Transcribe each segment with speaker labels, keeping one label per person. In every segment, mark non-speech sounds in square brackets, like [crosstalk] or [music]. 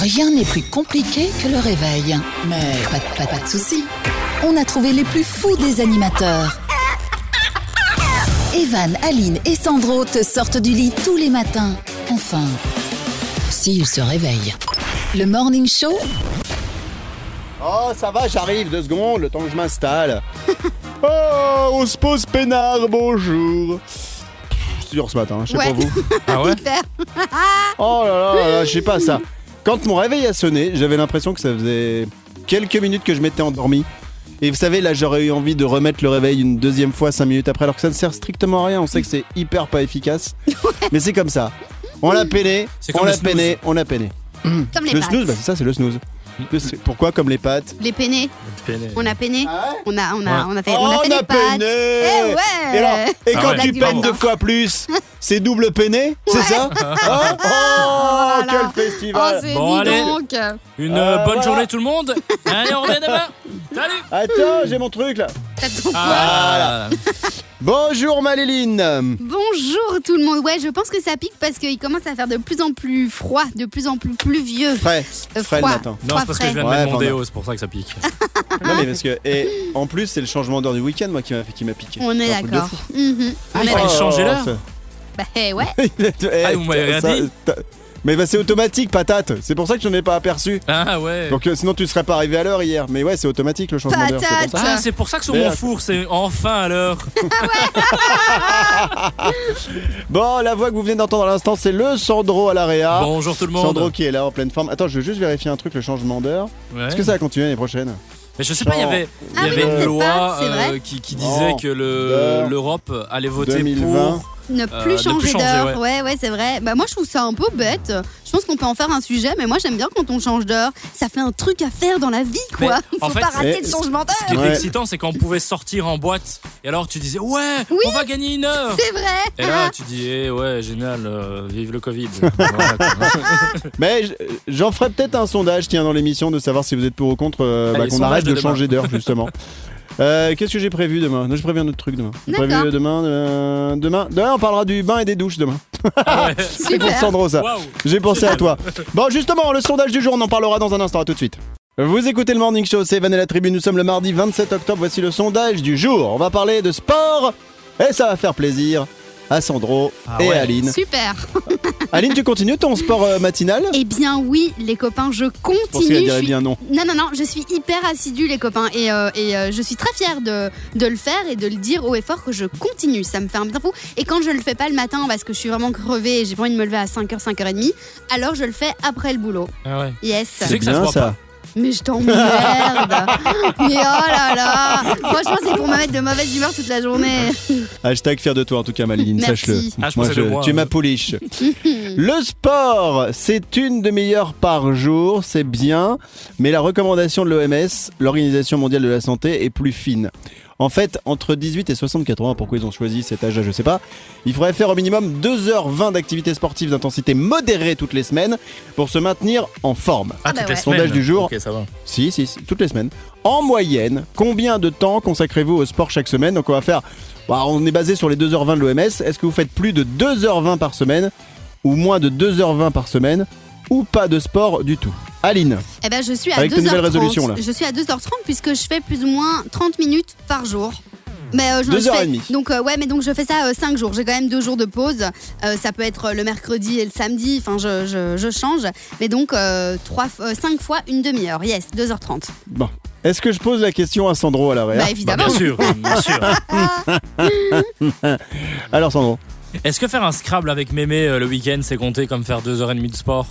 Speaker 1: Rien n'est plus compliqué que le réveil. Mais pas, de- pas- pas de soucis. On a trouvé les plus fous des animateurs. Evan, Aline et Sandro te sortent du lit tous les matins. Enfin, s'ils se réveillent. Le morning show
Speaker 2: Oh, ça va, j'arrive, deux secondes, le temps que
Speaker 3: [laughs]
Speaker 2: je m'installe. oh, on se pose peinard, bonjour. C'est dur ce matin, hein, je sais
Speaker 4: Ouais.
Speaker 2: pas vous. [laughs]
Speaker 3: Ah ouais
Speaker 2: Oh là là, là, je sais pas ça. Quand mon réveil a sonné, j'avais l'impression que ça faisait quelques minutes que je m'étais endormi. Et vous savez, là, j'aurais eu envie de remettre le réveil une deuxième fois cinq minutes après, alors que ça ne sert strictement à rien. On sait que c'est hyper
Speaker 3: [laughs]
Speaker 2: pas efficace. Mais c'est comme ça. On l'a peiné,
Speaker 3: C'est
Speaker 2: on
Speaker 3: comme
Speaker 2: l'a
Speaker 3: le snooze. Mm.
Speaker 2: peiné, on l'a peiné.
Speaker 4: Comme les
Speaker 2: le
Speaker 4: pâtes.
Speaker 2: snooze, bah, c'est ça, c'est le snooze. Le- c'est- Pourquoi comme les pâtes
Speaker 4: Les peinés. On a peiné.
Speaker 2: Ah ouais
Speaker 4: On a, on a,
Speaker 3: Ouais.
Speaker 4: on a fait,
Speaker 2: Oh,
Speaker 4: on a fait des pâtes. Eh ouais.
Speaker 2: Et, alors, et
Speaker 3: Ah
Speaker 2: quand
Speaker 3: ouais.
Speaker 2: tu
Speaker 4: Blague
Speaker 2: peines
Speaker 4: du
Speaker 2: deux
Speaker 4: matin.
Speaker 2: fois plus, c'est double peiné, c'est
Speaker 4: [laughs]
Speaker 2: ça Hein Oh,
Speaker 4: Voilà.
Speaker 2: quel
Speaker 4: Oh,
Speaker 2: festival
Speaker 4: c'est
Speaker 3: Bon,
Speaker 4: dis
Speaker 3: allez.
Speaker 4: donc. T'as
Speaker 3: Une
Speaker 2: Euh,
Speaker 3: euh, bonne
Speaker 2: voilà.
Speaker 3: journée tout le
Speaker 2: [laughs]
Speaker 3: monde. Allez, on revient demain. Salut.
Speaker 2: Attends, j'ai mon truc là.
Speaker 4: ton quoi
Speaker 3: Ah,
Speaker 2: Bonjour Maléline
Speaker 4: Bonjour tout le monde. Ouais, je pense que ça pique parce qu'il commence à faire de plus en plus froid, de plus en plus pluvieux.
Speaker 2: Frais,
Speaker 4: Euh,
Speaker 2: frais le
Speaker 4: froid.
Speaker 2: matin.
Speaker 3: Non,
Speaker 4: Trois
Speaker 3: c'est parce que je viens de
Speaker 2: Ouais, bah.
Speaker 3: mettre mon
Speaker 2: pardon.
Speaker 3: déo, c'est pour ça que ça pique.
Speaker 2: Non mais parce que et
Speaker 4: [laughs]
Speaker 2: en plus c'est le changement d'heure du week-end moi qui m'a qui m'a piqué.
Speaker 4: On est
Speaker 2: C'est un truc de
Speaker 4: d'accord.
Speaker 2: fou.
Speaker 4: Mhm.
Speaker 3: Ah, il fallait changer l'heure
Speaker 4: Bah eh ouais.
Speaker 2: ça- [laughs] Eh,
Speaker 3: Ah, vous m'avez rien
Speaker 2: ça-
Speaker 3: dit
Speaker 2: t'as- Mais bah c'est automatique patate. C'est pour ça que je n'en ai pas aperçu.
Speaker 3: [laughs] Ah ouais.
Speaker 2: Donc euh, sinon tu serais pas arrivé à l'heure hier. Mais ouais c'est automatique le changement d'heure. c'est pour ça.
Speaker 3: Ah, c'est pour ça que sur mon
Speaker 2: Merde.
Speaker 3: four, c'est enfin à l'heure.
Speaker 2: Bon la voix que vous venez d'entendre à l'instant c'est le Sandro à l'AREA.
Speaker 3: Bonjour tout le monde.
Speaker 2: Ah. Sandro qui est là en pleine forme. Attends, je veux juste vérifier un truc, le changement d'heure.
Speaker 3: Ouais.
Speaker 2: Est-ce que ça va continuer l'année prochaine
Speaker 3: Mais je sais pas, il y avait, il y
Speaker 4: Ah, mais
Speaker 3: avait
Speaker 4: on
Speaker 3: une
Speaker 4: sait
Speaker 3: loi euh,
Speaker 4: pas, c'est vrai.
Speaker 3: qui, qui disait
Speaker 2: Non.
Speaker 3: que le-
Speaker 2: D'heure.
Speaker 3: l'Europe allait voter
Speaker 2: 2020.
Speaker 3: pour.
Speaker 4: Ne
Speaker 3: Euh,
Speaker 4: plus
Speaker 3: ne plus
Speaker 4: changer
Speaker 3: changer,
Speaker 4: d'heure. Ouais, ouais, c'est vrai. Bah moi je trouve ça un peu bête. Je pense qu'on peut en faire un sujet, mais moi j'aime bien quand on change d'heure. Ça fait un truc à faire dans la vie, quoi.
Speaker 3: Mais, en
Speaker 4: Faut
Speaker 3: fait,
Speaker 4: pas rater
Speaker 2: mais-
Speaker 4: le changement
Speaker 3: Ce qui
Speaker 4: d'heure.
Speaker 3: était
Speaker 2: Ouais.
Speaker 3: excitant, c'est quand on pouvait sortir en boîte. Et alors tu disais, ouais,
Speaker 4: Oui.
Speaker 3: on va gagner une heure.
Speaker 4: C'est vrai.
Speaker 3: Et là, tu dis, eh ouais, génial, euh, vive le
Speaker 2: [laughs]
Speaker 3: Covid. Voilà, quoi.
Speaker 2: Mais j- j'en ferai peut-être un sondage, tiens, dans l'émission, de savoir si vous êtes pour ou contre euh,
Speaker 3: Allez,
Speaker 2: bah, qu'on
Speaker 3: sondage
Speaker 2: arrête
Speaker 3: de
Speaker 2: de,
Speaker 3: demain.
Speaker 2: changer d'heure,
Speaker 3: [laughs]
Speaker 2: justement. Euh, Qu'est-ce que j'ai prévu demain Non, j'ai prévu un autre truc demain. J'ai
Speaker 4: D'accord.
Speaker 2: prévu euh, demain, euh, demain. Demain, on parlera du bain et des douches demain.
Speaker 3: Ah ouais.
Speaker 2: C'est pour
Speaker 4: Super.
Speaker 2: Sandro, ça.
Speaker 3: Waouh.
Speaker 2: J'ai pensé à toi. Bon, justement, le sondage du jour, on en parlera dans un instant. À tout de suite. Vous écoutez le Morning Show, c'est Van et la Tribune. Nous sommes le mardi 27 octobre. Voici le sondage du jour. On va parler de sport et ça va faire plaisir à Sandro
Speaker 3: Ah
Speaker 2: et
Speaker 3: ouais.
Speaker 2: à Aline.
Speaker 4: Super.
Speaker 2: Aline, tu continues ton sport euh, matinal
Speaker 4: Eh bien oui, les copains, je
Speaker 2: Je pensais
Speaker 4: continue.
Speaker 2: qu'elle
Speaker 4: je
Speaker 2: dirait
Speaker 4: suis-
Speaker 2: bien non.
Speaker 4: Non, non, non, je suis hyper assidue, les copains, et, euh, et, euh, je suis très fière de, de le faire et de le dire haut et fort que je continue. Ça me fait un bien fou. Et quand je le fais pas le matin parce que je suis vraiment crevée et j'ai pas envie de me lever à 5h, 5h30, alors je le fais après le boulot.
Speaker 3: Ah ouais.
Speaker 4: Yes.
Speaker 3: Tu sais que ça se
Speaker 2: bien,
Speaker 3: voit pas.
Speaker 4: Mais je t'emmerde. [laughs] Mais oh là là. Franchement, c'est pour me mettre de mauvaise humeur toute la journée.
Speaker 2: Hashtag fier de toi en tout cas Maline,
Speaker 4: Merci.
Speaker 2: sache-le.
Speaker 3: Ah, je pensais de moi,
Speaker 2: tu es
Speaker 3: euh.
Speaker 2: ma pouliche. le sport, c'est une demi-heure par jour, c'est bien, mais la recommandation de l'OMS, l'Organisation Mondiale de la Santé, est plus fine. En fait, entre 18 et 64 ans, pourquoi ils ont choisi cet âge-là, je sais pas, il faudrait faire au minimum 2h20 d'activités sportives d'intensité modérée toutes les semaines pour se maintenir en forme.
Speaker 3: Ah,
Speaker 4: bah
Speaker 3: toutes les
Speaker 4: ouais.
Speaker 3: semaines.
Speaker 2: Sondage du jour.
Speaker 3: Ok, ça va.
Speaker 2: Si, si, si, toutes les semaines. En moyenne, combien de temps consacrez-vous au sport chaque semaine Donc on va faire, bah, on est basé sur les 2h20 de l'OMS. Est-ce que vous faites plus de 2h20 par semaine ou moins de 2h20 par semaine ou pas de sport du tout Aline,
Speaker 4: Eh ben, je suis à
Speaker 2: Avec tes
Speaker 4: 2h30.
Speaker 2: nouvelles résolutions, là.
Speaker 4: Je suis à 2h30 puisque je fais plus ou moins 30 minutes par jour. Mais euh, je-
Speaker 2: Deux
Speaker 4: je
Speaker 2: heures
Speaker 4: fais-
Speaker 2: et demie.
Speaker 4: Donc euh, ouais, mais donc je fais ça 5 jours. J'ai quand même deux jours de pause. Euh, ça peut être le mercredi et le samedi. Enfin, je, je- je change. Mais donc euh, 5 fois une demi-heure. Yes, 2h30.
Speaker 2: bon. Est-ce que je pose la question à Sandro à l'arrière
Speaker 4: Bah
Speaker 3: Bah,
Speaker 4: évidemment.
Speaker 3: bien sûr, bien sûr.
Speaker 2: Alors Sandro,
Speaker 3: Est-ce que faire un Scrabble avec mémé euh, le week-end, c'est compté comme faire deux heures et demie de sport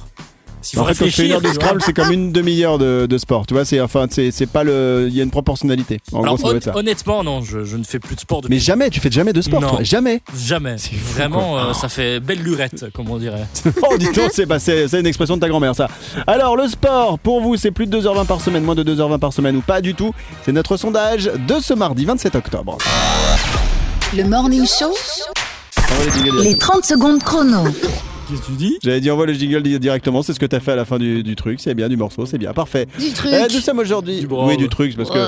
Speaker 3: S'il faut
Speaker 2: en fait quand je fais une
Speaker 3: réfléchir.
Speaker 2: heure de
Speaker 3: tu vois.
Speaker 2: Scrabble, c'est comme une demi-heure de, de sport. Tu vois, c'est enfin, c'est c'est pas le, il y a une proportionnalité. En
Speaker 3: Alors,
Speaker 2: gros, ça doit être ça.
Speaker 3: hon- honnêtement, non, je, je ne fais plus de sport depuis
Speaker 2: Mais jamais, tu fais jamais de sport,
Speaker 3: Non.
Speaker 2: toi, jamais.
Speaker 3: jamais.
Speaker 2: C'est fou,
Speaker 3: Vraiment,
Speaker 2: quoi.
Speaker 3: euh, ça fait belle lurette, comme on dirait.
Speaker 2: [laughs] Oh, dis donc, c'est bah, c'est- c'est une expression de ta grand-mère, ça. Alors, le sport, pour vous, c'est plus de 2h20 par semaine, moins de 2h20 par semaine ou pas du tout. C'est notre sondage de ce mardi 27 octobre.
Speaker 1: Le morning show,
Speaker 2: Ah ouais, les
Speaker 1: les
Speaker 2: dégâts,
Speaker 1: 30 secondes chrono.
Speaker 3: Qu'est-ce que tu dis
Speaker 2: J'avais dit envoie le jingle di- directement, c'est ce que t'as fait à la fin du, du truc, c'est bien, du morceau, c'est bien, parfait.
Speaker 4: [laughs] Du truc.
Speaker 2: Euh, nous sommes aujourd'hui.
Speaker 3: Du brave.
Speaker 2: oui, du truc, parce que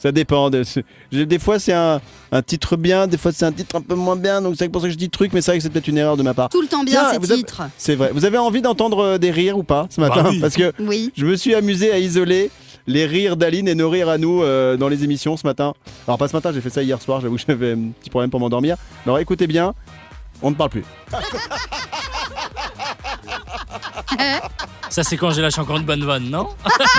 Speaker 2: ça dépend. de- c'est- j'ai- Des fois, c'est un, un titre bien, des fois, c'est un titre un peu moins bien, donc c'est pour ça que je dis truc, mais c'est vrai que c'est peut-être une erreur de ma part.
Speaker 4: Tout le temps bien
Speaker 2: Tiens,
Speaker 4: ces
Speaker 2: vous avez-
Speaker 4: titres.
Speaker 2: C'est vrai. Vous avez envie d'entendre euh, des rires ou pas ce matin
Speaker 3: Bah oui.
Speaker 2: Parce que
Speaker 4: Oui.
Speaker 2: je me suis amusé à isoler les rires d'Aline et nos rires à nous euh, dans les émissions ce matin. Alors, pas ce matin, j'ai fait ça hier soir, j'avoue que j'avais un petit problème pour m'endormir. Mais Alors, écoutez bien, on ne parle plus.
Speaker 3: Ça, c'est quand j'ai lâché encore une bonne vanne, non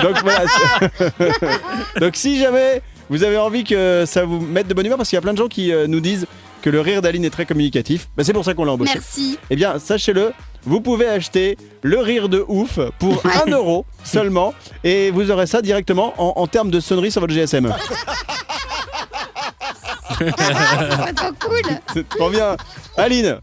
Speaker 2: Donc voilà. c'est- [laughs] Donc si jamais vous avez envie que ça vous mette de bonne humeur, parce qu'il y a plein de gens qui euh, nous disent que le rire d'Aline est très communicatif, bah, c'est pour ça qu'on l'a embauché.
Speaker 4: Merci. [laughs]
Speaker 2: Eh bien, sachez-le, vous pouvez acheter le rire de ouf pour 1 euro seulement, et vous aurez ça directement en, en termes de sonnerie sur votre GSM.
Speaker 4: Ah, Ça serait trop cool.
Speaker 2: C'est trop bien. Aline,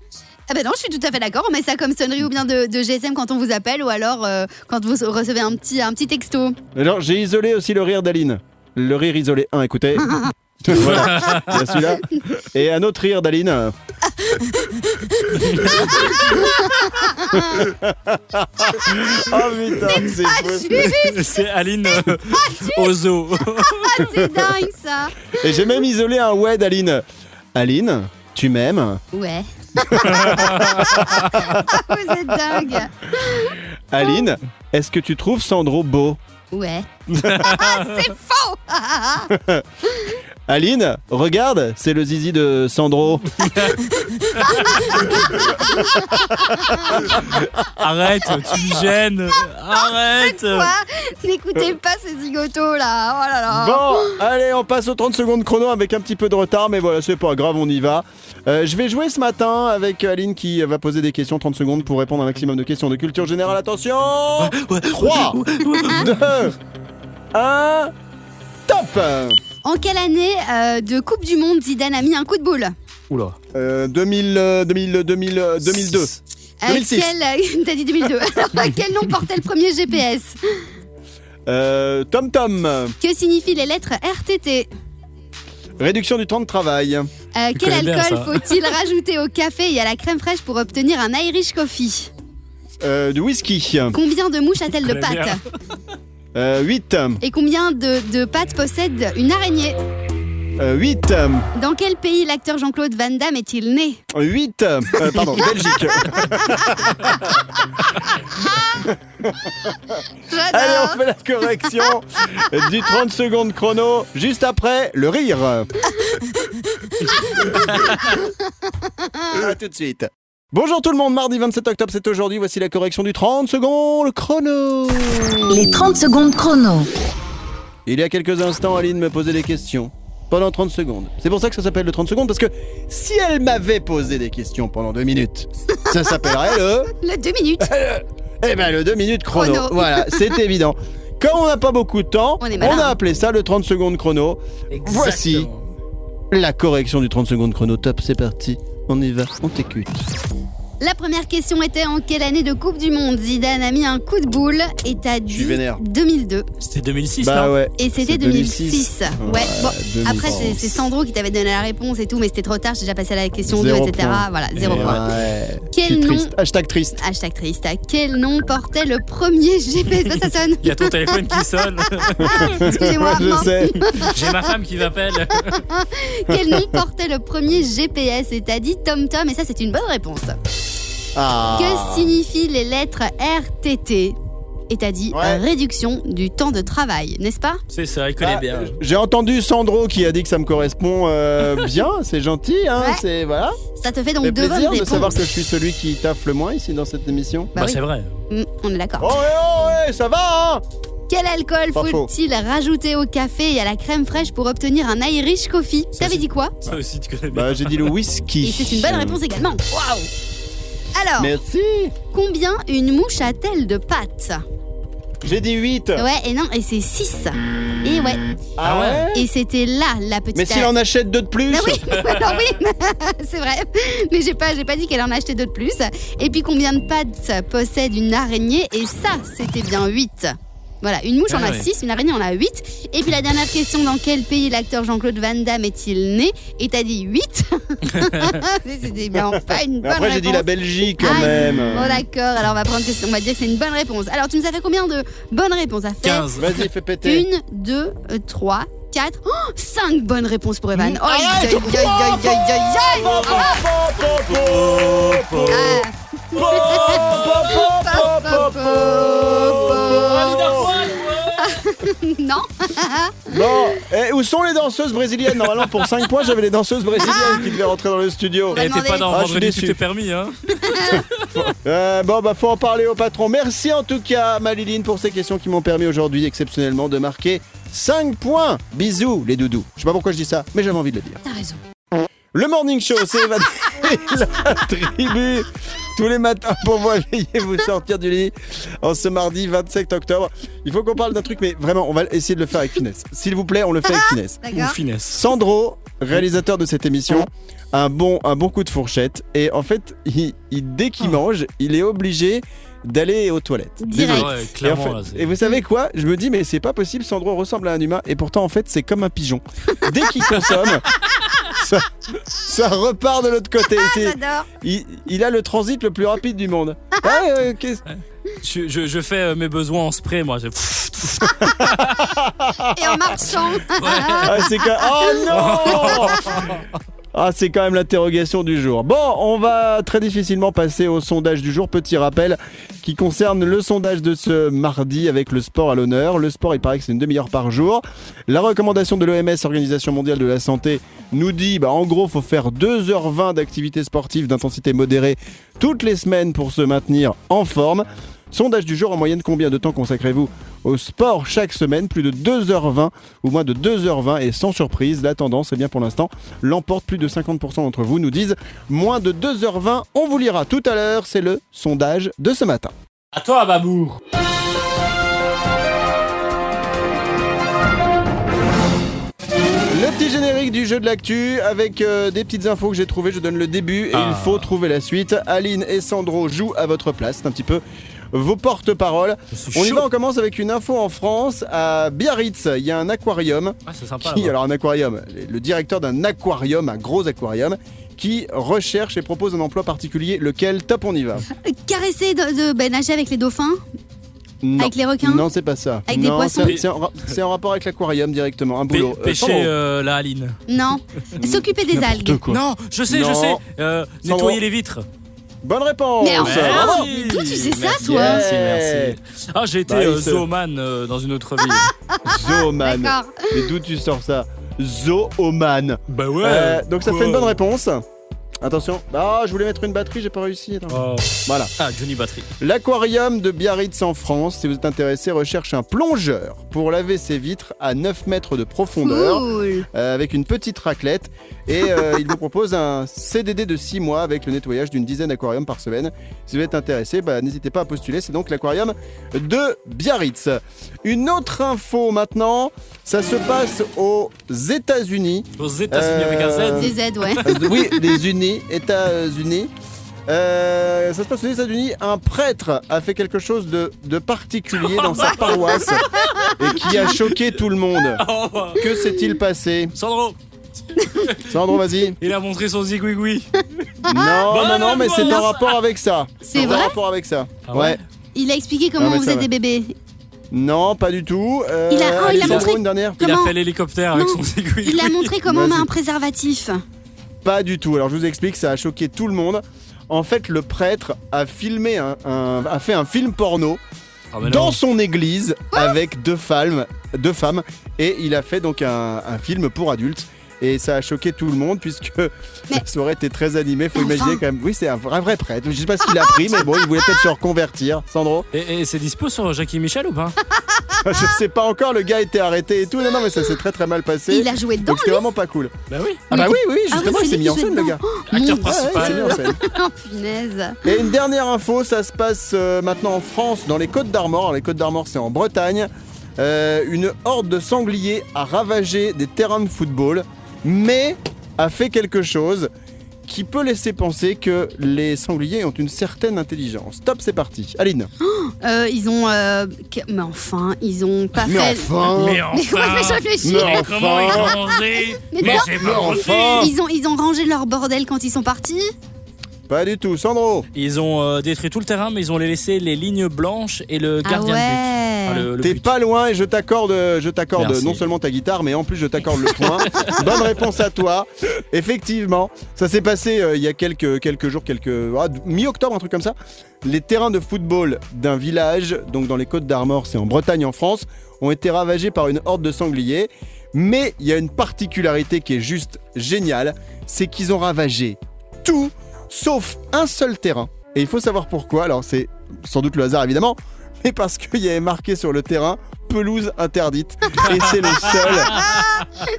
Speaker 4: Ah ben non, je suis tout à fait d'accord. On met ça comme sonnerie ou bien de, de GSM quand on vous appelle ou alors euh, quand vous recevez un petit, un petit texto.
Speaker 2: alors, j'ai isolé aussi le rire d'Aline. Le rire isolé 1, écoutez. voilà, il y a celui-là. Et un autre rire d'Aline. oh putain, c'est fou.
Speaker 3: [laughs] C'est Aline euh, au zoo. [laughs]
Speaker 4: Ah, c'est dingue ça.
Speaker 2: Et j'ai même isolé un ouais d'Aline. Aline, tu m'aimes
Speaker 4: Ouais. [laughs] Ah, vous êtes dingue.
Speaker 2: Aline, est-ce que tu trouves Sandro beau
Speaker 4: Ouais. Ah,
Speaker 2: Aline, regarde, c'est le zizi de Sandro.
Speaker 3: Arrête, tu me gênes.
Speaker 4: Ah,
Speaker 3: Arrête.
Speaker 4: [laughs] Quoi N'écoutez pas ces zigotos là. Oh là là.
Speaker 2: Bon, allez, on passe aux 30 secondes chrono avec un petit peu de retard, mais voilà, c'est pas grave, on y va. Euh, je vais jouer ce matin avec Aline qui va poser des questions, 30 secondes pour répondre à un maximum de questions de culture générale. Attention 3, 2, 1, top
Speaker 4: En quelle année euh, de Coupe du Monde Zidane a mis un coup de boule
Speaker 3: Oula.
Speaker 2: Euh, 2000, euh, 2000, euh, 2000, euh, 2002. 2006.
Speaker 4: Quel... euh, [laughs] T'as
Speaker 3: [laughs]
Speaker 4: dit 2002. Alors, quel nom portait le premier GPS
Speaker 2: Euh, Tom Tom,
Speaker 4: Que signifient les lettres RTT
Speaker 2: réduction du temps de travail.
Speaker 4: Euh,
Speaker 3: Tu
Speaker 4: Quel
Speaker 3: connais bien
Speaker 4: alcool
Speaker 3: ça. [laughs]
Speaker 4: faut-il rajouter au café et à la crème fraîche pour obtenir un Irish coffee
Speaker 2: Euh, du whisky. Euh,
Speaker 4: Combien de mouches a-t-elle de
Speaker 3: connais bien.
Speaker 4: pattes
Speaker 2: 8,
Speaker 4: Et combien de, de pattes possède une araignée
Speaker 2: 8,
Speaker 4: Dans quel pays l'acteur Jean-Claude Van Damme est-il né
Speaker 2: 8, euh, pardon, Belgique. Allez, on
Speaker 4: J'adore
Speaker 2: fait la [laughs] correction du 30 secondes chrono, juste après le rire. [laughs] À tout de suite. Bonjour tout le monde, mardi 27 octobre, c'est aujourd'hui. Voici la correction du 30 secondes chrono.
Speaker 1: Les 30 secondes chrono.
Speaker 2: Il y a quelques instants, Aline me posait des questions pendant 30 secondes. C'est pour ça que ça s'appelle le 30 secondes, parce que si elle m'avait posé des questions pendant 2 minutes, ça s'appellerait le.
Speaker 4: Le deux
Speaker 2: [laughs]
Speaker 4: minutes
Speaker 2: Eh ben le 2 minutes chrono.
Speaker 4: Chrono.
Speaker 2: [laughs] Voilà, c'est évident. Quand on n'a pas beaucoup de temps,
Speaker 4: On est malin.
Speaker 2: on a appelé ça le 30 secondes chrono. Voici la correction du 30 secondes chrono. Top, c'est parti. On y va, on t'écoute.
Speaker 4: La première question était en quelle année de Coupe du Monde Zidane a mis un coup de boule et t'as
Speaker 2: suis
Speaker 4: dit
Speaker 2: vénère.
Speaker 4: 2002.
Speaker 3: C'était 2006,
Speaker 2: Bah
Speaker 3: non
Speaker 2: ouais. Ah,
Speaker 4: Et c'était
Speaker 2: C'est
Speaker 4: 2006. Ouais, bon.
Speaker 2: 2006.
Speaker 4: Après, c'est c'est Sandro qui t'avait donné la réponse et tout, mais c'était trop tard, j'ai déjà passé à la question 2,
Speaker 2: Zéro
Speaker 4: etc.
Speaker 2: point.
Speaker 4: Voilà, zéro
Speaker 2: Eh
Speaker 4: point.
Speaker 2: ouais.
Speaker 4: Quel
Speaker 2: Je suis
Speaker 4: nom
Speaker 2: triste. Hashtag triste.
Speaker 4: Hashtag triste. À quel nom portait le premier GPS Bah, Ça sonne. Ah,
Speaker 3: Il y a ton téléphone qui sonne.
Speaker 4: Excusez-moi.
Speaker 2: [laughs] Ouais, je
Speaker 4: non. [laughs]
Speaker 2: sais.
Speaker 3: J'ai ma femme qui m'appelle.
Speaker 4: Quel nom portait le premier GPS Et t'as dit Tom Tom, et ça, c'est une bonne réponse.
Speaker 2: Ah.
Speaker 4: Que signifient les lettres RTT Et t'as dit
Speaker 2: Ouais.
Speaker 4: réduction du temps de travail, n'est-ce pas
Speaker 3: C'est ça, il connaît
Speaker 2: Ah,
Speaker 3: bien.
Speaker 2: J'ai entendu Sandro qui a dit que ça me correspond
Speaker 4: [laughs]
Speaker 2: euh, bien, c'est gentil, hein,
Speaker 4: Ouais.
Speaker 2: c'est voilà.
Speaker 4: Ça te fait donc
Speaker 2: Mais
Speaker 4: deux bonnes
Speaker 2: plaisir de
Speaker 4: réponses.
Speaker 2: savoir que je suis celui qui taffe le moins ici dans cette émission.
Speaker 3: Bah,
Speaker 4: Bah oui,
Speaker 3: c'est vrai.
Speaker 4: mm, on est d'accord.
Speaker 2: Oh, ouais, oh, ouais, ça va, hein
Speaker 4: Quel alcool
Speaker 2: Pas faux.
Speaker 4: faut-il rajouter au café et à la crème fraîche pour obtenir un Irish coffee
Speaker 3: Ça,
Speaker 4: T'avais
Speaker 3: c'est-
Speaker 4: dit quoi
Speaker 3: Ça aussi, tu connais bien.
Speaker 2: [laughs] Bah, j'ai dit le
Speaker 4: Et
Speaker 2: whisky.
Speaker 4: c'est une bonne réponse également. Waouh Alors,
Speaker 2: Merci.
Speaker 4: combien une mouche a-t-elle de pattes
Speaker 2: J'ai dit 8.
Speaker 4: Ouais, et non, et c'est 6. Et ouais,
Speaker 2: Ah ouais
Speaker 4: et c'était là la petite.
Speaker 2: Mais s'il en achète deux de plus.
Speaker 4: Ah oui, [laughs] alors oui, c'est vrai. Mais j'ai pas, j'ai pas dit qu'elle en achetait deux de plus. Et puis combien de pattes possède une araignée Et ça, c'était bien 8. Voilà, une mouche, on
Speaker 3: Ah
Speaker 4: a
Speaker 3: oui.
Speaker 4: 6, une araignée, on a 8. Et puis la dernière question, dans quel pays l'acteur Jean-Claude Van Damme est-il né Et t'as
Speaker 2: [laughs]
Speaker 4: dit 8 Mais C'était vraiment pas
Speaker 2: [laughs]
Speaker 4: une
Speaker 2: Mais
Speaker 4: bonne
Speaker 2: après, j'ai dit la
Speaker 4: réponse.
Speaker 2: Belgique quand
Speaker 4: Ah,
Speaker 2: même.
Speaker 4: Bon d'accord, alors on va prendre que- on va dire que c'est une bonne réponse. Alors tu nous as fait combien de bonnes réponses à faire
Speaker 3: 15.
Speaker 2: Vas-y, fais péter.
Speaker 4: Une, deux, euh, trois, quatre, oh, cinq bonnes réponses pour
Speaker 2: Mmh.
Speaker 4: Evan. Oh, aïe, aïe, aïe, aïe, aïe, aïe, aïe. Ah,
Speaker 2: Oh.
Speaker 3: Ah,
Speaker 4: non,
Speaker 2: Bon, et où sont les danseuses brésiliennes Normalement, pour 5 points, j'avais les danseuses brésiliennes qui devaient rentrer dans le studio.
Speaker 4: va
Speaker 3: Eh, t'es
Speaker 4: demander.
Speaker 3: pas dans
Speaker 2: Ah, je suis
Speaker 3: Vendredi, tu
Speaker 2: déçu.
Speaker 3: t'es permis, hein
Speaker 2: Euh, bon, bah, faut en parler au patron. Merci en tout cas, Maliline, pour ces questions qui m'ont permis aujourd'hui, exceptionnellement, de marquer 5 points. Bisous, les doudous. Je sais pas pourquoi je dis ça, mais j'avais envie de le dire.
Speaker 4: t'as raison.
Speaker 2: Le morning show, c'est évadé la tribu. Tous les matins pour vous réveiller, vous sortir du lit en ce mardi 27 octobre. Il faut qu'on parle d'un truc, mais vraiment, on va essayer de le faire avec finesse. S'il vous plaît, on le fait avec finesse.
Speaker 3: Ou
Speaker 4: D'accord
Speaker 3: finesse.
Speaker 2: Sandro, réalisateur de cette émission, a un bon, un bon coup de fourchette. Et en fait, il, il- dès qu'il mange, il est obligé d'aller aux toilettes.
Speaker 4: Direct.
Speaker 2: Désolé.
Speaker 3: Ouais,
Speaker 2: Et, en
Speaker 3: clairement,
Speaker 2: fait-
Speaker 3: là,
Speaker 2: et
Speaker 3: c'est...
Speaker 2: vous savez quoi Je me dis, mais c'est pas possible, Sandro ressemble à un humain. Et pourtant, en fait, c'est comme un pigeon. Dès qu'il consomme, [laughs] ça, ça repart de l'autre côté. C'est-
Speaker 4: J'adore.
Speaker 2: il, il a le transit le plus rapide du monde. Ah, euh, qu'est-ce-
Speaker 3: Je, je- je fais euh, mes besoins en spray, moi. Je...
Speaker 4: Et en marchant. [laughs]
Speaker 2: Ah, c'est quand... Oh non [laughs] Ah, c'est quand même l'interrogation du jour. Bon, on va très difficilement passer au sondage du jour. Petit rappel qui concerne le sondage de ce mardi avec le sport à l'honneur. Le sport, il paraît que c'est une demi-heure par jour. La recommandation de l'OMS, Organisation Mondiale de la Santé, nous dit, bah, en gros, faut faire 2h20 d'activité sportive d'intensité modérée toutes les semaines pour se maintenir en forme. Sondage du jour, en moyenne, combien de temps consacrez-vous au sport chaque semaine Plus de 2h20 ou moins de 2h20 et sans surprise, la tendance, eh bien pour l'instant, l'emporte. Plus de 50% d'entre vous nous disent moins de 2h20. On vous lira tout à l'heure, c'est le sondage de ce matin.
Speaker 3: À toi, Babour
Speaker 2: Le petit générique du jeu de l'actu avec euh, des petites infos que j'ai trouvées. Je donne le début et il
Speaker 3: Ah.
Speaker 2: faut trouver la suite. Aline et Sandro jouent à votre place. C'est un petit peu vos porte-paroles.
Speaker 3: Je suis
Speaker 2: On y
Speaker 3: chaud.
Speaker 2: va, on commence avec une info en France. À Biarritz, il y a un aquarium
Speaker 3: Ah, c'est sympa.
Speaker 2: qui,
Speaker 3: là-bas.
Speaker 2: alors un aquarium, le directeur d'un aquarium, un gros aquarium, qui recherche et propose un emploi particulier. Lequel Top, on y va.
Speaker 4: Caresser de, de ben, nager avec les dauphins,
Speaker 2: Non.
Speaker 4: avec les requins.
Speaker 2: Non, c'est pas ça.
Speaker 4: Avec des
Speaker 2: Non,
Speaker 4: poissons
Speaker 2: c'est- C'est en, ra- c'est en rapport avec l'aquarium directement, un
Speaker 3: Pê-
Speaker 2: boulot. Euh,
Speaker 3: pêcher
Speaker 2: Sandro.
Speaker 3: euh, la Aline.
Speaker 2: [laughs]
Speaker 4: Non. S'occuper des
Speaker 2: N'importe
Speaker 4: algues.
Speaker 2: quoi.
Speaker 3: Non, je sais,
Speaker 2: Non.
Speaker 3: je sais. Euh,
Speaker 2: Sandro.
Speaker 3: nettoyer les vitres.
Speaker 2: Bonne réponse.
Speaker 4: Mais enfin,
Speaker 2: Ah, Bravo.
Speaker 4: mais toi, tu sais ça,
Speaker 3: Merci,
Speaker 4: toi
Speaker 3: Merci,
Speaker 2: Yeah.
Speaker 3: merci. Ah, j'ai été
Speaker 2: Bah, il
Speaker 3: euh,
Speaker 2: se-
Speaker 3: zooman euh, dans une autre vie.
Speaker 2: Zooman.
Speaker 4: D'accord.
Speaker 2: Mais d'où tu sors ça Zooman.
Speaker 3: bah ouais.
Speaker 2: Euh, donc ça
Speaker 3: quoi.
Speaker 2: fait une bonne réponse. Attention. Ah, je voulais mettre une batterie, j'ai pas réussi. Attends.
Speaker 3: Oh.
Speaker 2: Voilà.
Speaker 3: Ah, Johnny Battery.
Speaker 2: L'aquarium de Biarritz en France, si vous êtes intéressé, recherche un plongeur pour laver ses vitres à 9 mètres de profondeur
Speaker 4: Cool.
Speaker 2: euh, avec une petite raclette. Et euh, il vous propose un CDD de 6 mois avec le nettoyage d'une dizaine d'aquariums par semaine. Si vous êtes intéressé, bah, n'hésitez pas à postuler. C'est donc l'aquarium de Biarritz. Une autre info maintenant, ça se passe aux États-Unis.
Speaker 3: Aux États-Unis avec un [laughs] Z.
Speaker 4: Des
Speaker 2: [laughs]
Speaker 4: aides, ouais.
Speaker 2: Euh, oui, les Unis, États-Unis. Euh, ça se passe aux États-Unis. Un prêtre a fait quelque chose de, de particulier dans sa paroisse et qui a choqué tout le monde.
Speaker 3: Oh, bah.
Speaker 2: Que s'est-il passé
Speaker 3: Sandro,
Speaker 2: Sandro, vas-y.
Speaker 3: il a montré son zigouigoui.
Speaker 2: Non, non, non, mais c'est en
Speaker 3: Bonne
Speaker 2: rapport avec ça.
Speaker 4: C'est
Speaker 2: En
Speaker 4: vrai
Speaker 2: rapport avec ça.
Speaker 3: Ah
Speaker 2: ouais.
Speaker 3: ouais
Speaker 4: Il a expliqué comment
Speaker 2: Ah, mais
Speaker 4: on
Speaker 2: ça
Speaker 4: faisait
Speaker 2: va.
Speaker 4: des bébés.
Speaker 2: Non, pas du tout. Euh,
Speaker 4: Il a- oh, il a
Speaker 2: Alexandre,
Speaker 4: montré-
Speaker 2: une dernière.
Speaker 3: Il a
Speaker 4: Comment
Speaker 3: fait l'hélicoptère avec
Speaker 4: Non.
Speaker 3: son zigouigoui.
Speaker 2: [laughs]
Speaker 4: Il a montré comment on met
Speaker 2: Vas-y.
Speaker 4: un préservatif.
Speaker 2: Pas du tout. Alors je vous explique, ça a choqué tout le monde. En fait, le prêtre a filmé un- un- a fait un film porno
Speaker 3: Ah, mais non.
Speaker 2: dans son église avec deux femmes, deux femmes et il a fait donc un, un film pour adultes. Et ça a choqué tout le monde puisque [laughs] ça aurait été très animé. Faut
Speaker 4: Enfin.
Speaker 2: imaginer quand même. Oui, c'est un vrai, vrai prêtre. Je sais pas ce qu'il a pris, mais bon, il voulait peut-être se reconvertir. Sandro,
Speaker 3: Et, et c'est dispo sur Jackie Michel ou
Speaker 4: Ah.
Speaker 3: pas
Speaker 2: je sais pas encore. Le gars était arrêté et tout. Non, non, mais ça s'est très, très mal passé.
Speaker 4: Il a joué dedans. [laughs]
Speaker 2: donc c'était vraiment pas cool.
Speaker 3: Bah oui.
Speaker 2: Ah bah oui, oui,
Speaker 4: Ah oui, Mmh, bah
Speaker 2: justement,
Speaker 4: c'est
Speaker 2: il s'est
Speaker 4: lui
Speaker 2: mis
Speaker 4: qui
Speaker 2: en
Speaker 4: jouait
Speaker 2: scène, le
Speaker 4: dedans.
Speaker 2: gars.
Speaker 3: Acteur
Speaker 4: Mon-
Speaker 2: Ouais, ouais, il s'est
Speaker 3: principal.
Speaker 2: mis en scène.
Speaker 4: Oh, punaise.
Speaker 2: Et une dernière info, ça se passe euh, maintenant en France, dans les Côtes d'Armor. Alors, Les Côtes d'Armor, c'est en Bretagne. Euh, une horde de sangliers a ravagé des terrains de football, mais a fait quelque chose qui peut laisser penser que les sangliers ont une certaine intelligence. Top, c'est parti. Aline.
Speaker 4: Euh, ils ont. euh, que- Mais enfin, ils ont pas
Speaker 2: Mais
Speaker 4: fait.
Speaker 2: enfin
Speaker 3: Mais
Speaker 4: [laughs] Mais
Speaker 3: enfin
Speaker 4: ouais, mais je réfléchis.
Speaker 2: Non.
Speaker 3: Mais comment ils ont osé
Speaker 4: Mais
Speaker 3: Mais
Speaker 4: non.
Speaker 3: c'est
Speaker 2: Mais
Speaker 3: pas
Speaker 2: enfin.
Speaker 3: possible
Speaker 4: Ils ont, ils ont rangé leur bordel quand ils sont partis.
Speaker 2: Pas du tout, Sandro
Speaker 3: Ils ont euh, détruit tout le terrain, mais ils ont laissé les lignes blanches et le
Speaker 4: Ah
Speaker 3: gardien de but.
Speaker 4: ouais.
Speaker 3: Enfin, le- le
Speaker 2: T'es
Speaker 3: but.
Speaker 2: pas loin et je t'accorde, je t'accorde
Speaker 3: Merci.
Speaker 2: non seulement ta guitare, mais en plus je t'accorde le point. Bonne réponse à toi. Effectivement, ça s'est passé euh, il y a quelques, quelques jours, quelques ah, d- mi-octobre, un truc comme ça. Les terrains de football d'un village, donc dans les Côtes d'Armor, c'est en Bretagne, en France, ont été ravagés par une horde de sangliers. Mais il y a une particularité qui est juste géniale, c'est qu'ils ont ravagé tout sauf un seul terrain. Et il faut savoir pourquoi. Alors c'est sans doute le hasard évidemment, mais parce qu'il y avait marqué sur le terrain pelouse interdite. Et c'est le seul,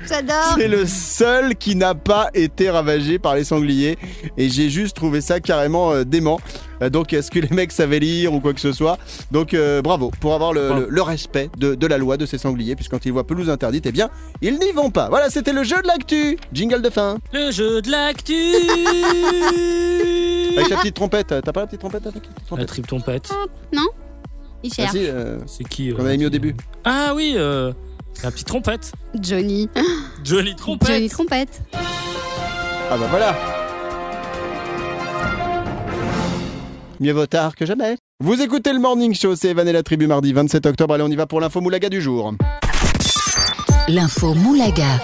Speaker 4: J'adore.
Speaker 2: c'est le seul qui n'a pas été ravagé par les sangliers. Et j'ai juste trouvé ça carrément euh, dément. Euh, donc est-ce que les mecs savaient lire ou quoi que ce soit Donc euh, bravo pour avoir le, le- le respect de, de la loi de ces sangliers, puisque quand ils voient pelouse interdite, eh bien ils n'y vont pas. Voilà, c'était le jeu de l'actu. Jingle de fin.
Speaker 3: Le jeu de l'actu
Speaker 2: [laughs] Avec la petite trompette, t'as pas la petite trompette avec la petite
Speaker 3: La
Speaker 2: trompette
Speaker 3: tripton pète.
Speaker 4: Il
Speaker 2: Ah
Speaker 4: cherche.
Speaker 2: si, euh,
Speaker 3: C'est qui euh,
Speaker 2: qu'on avait mis au début.
Speaker 3: Ah oui, euh, la petite trompette.
Speaker 4: Johnny.
Speaker 3: Johnny Trompette.
Speaker 4: Johnny Trompette.
Speaker 2: Ah bah voilà Mieux vaut tard que jamais. Vous écoutez le Morning Show, c'est Evan et la Tribu mardi 27 octobre. Allez, on y va pour l'info moulaga du jour.
Speaker 1: L'info Moulaga.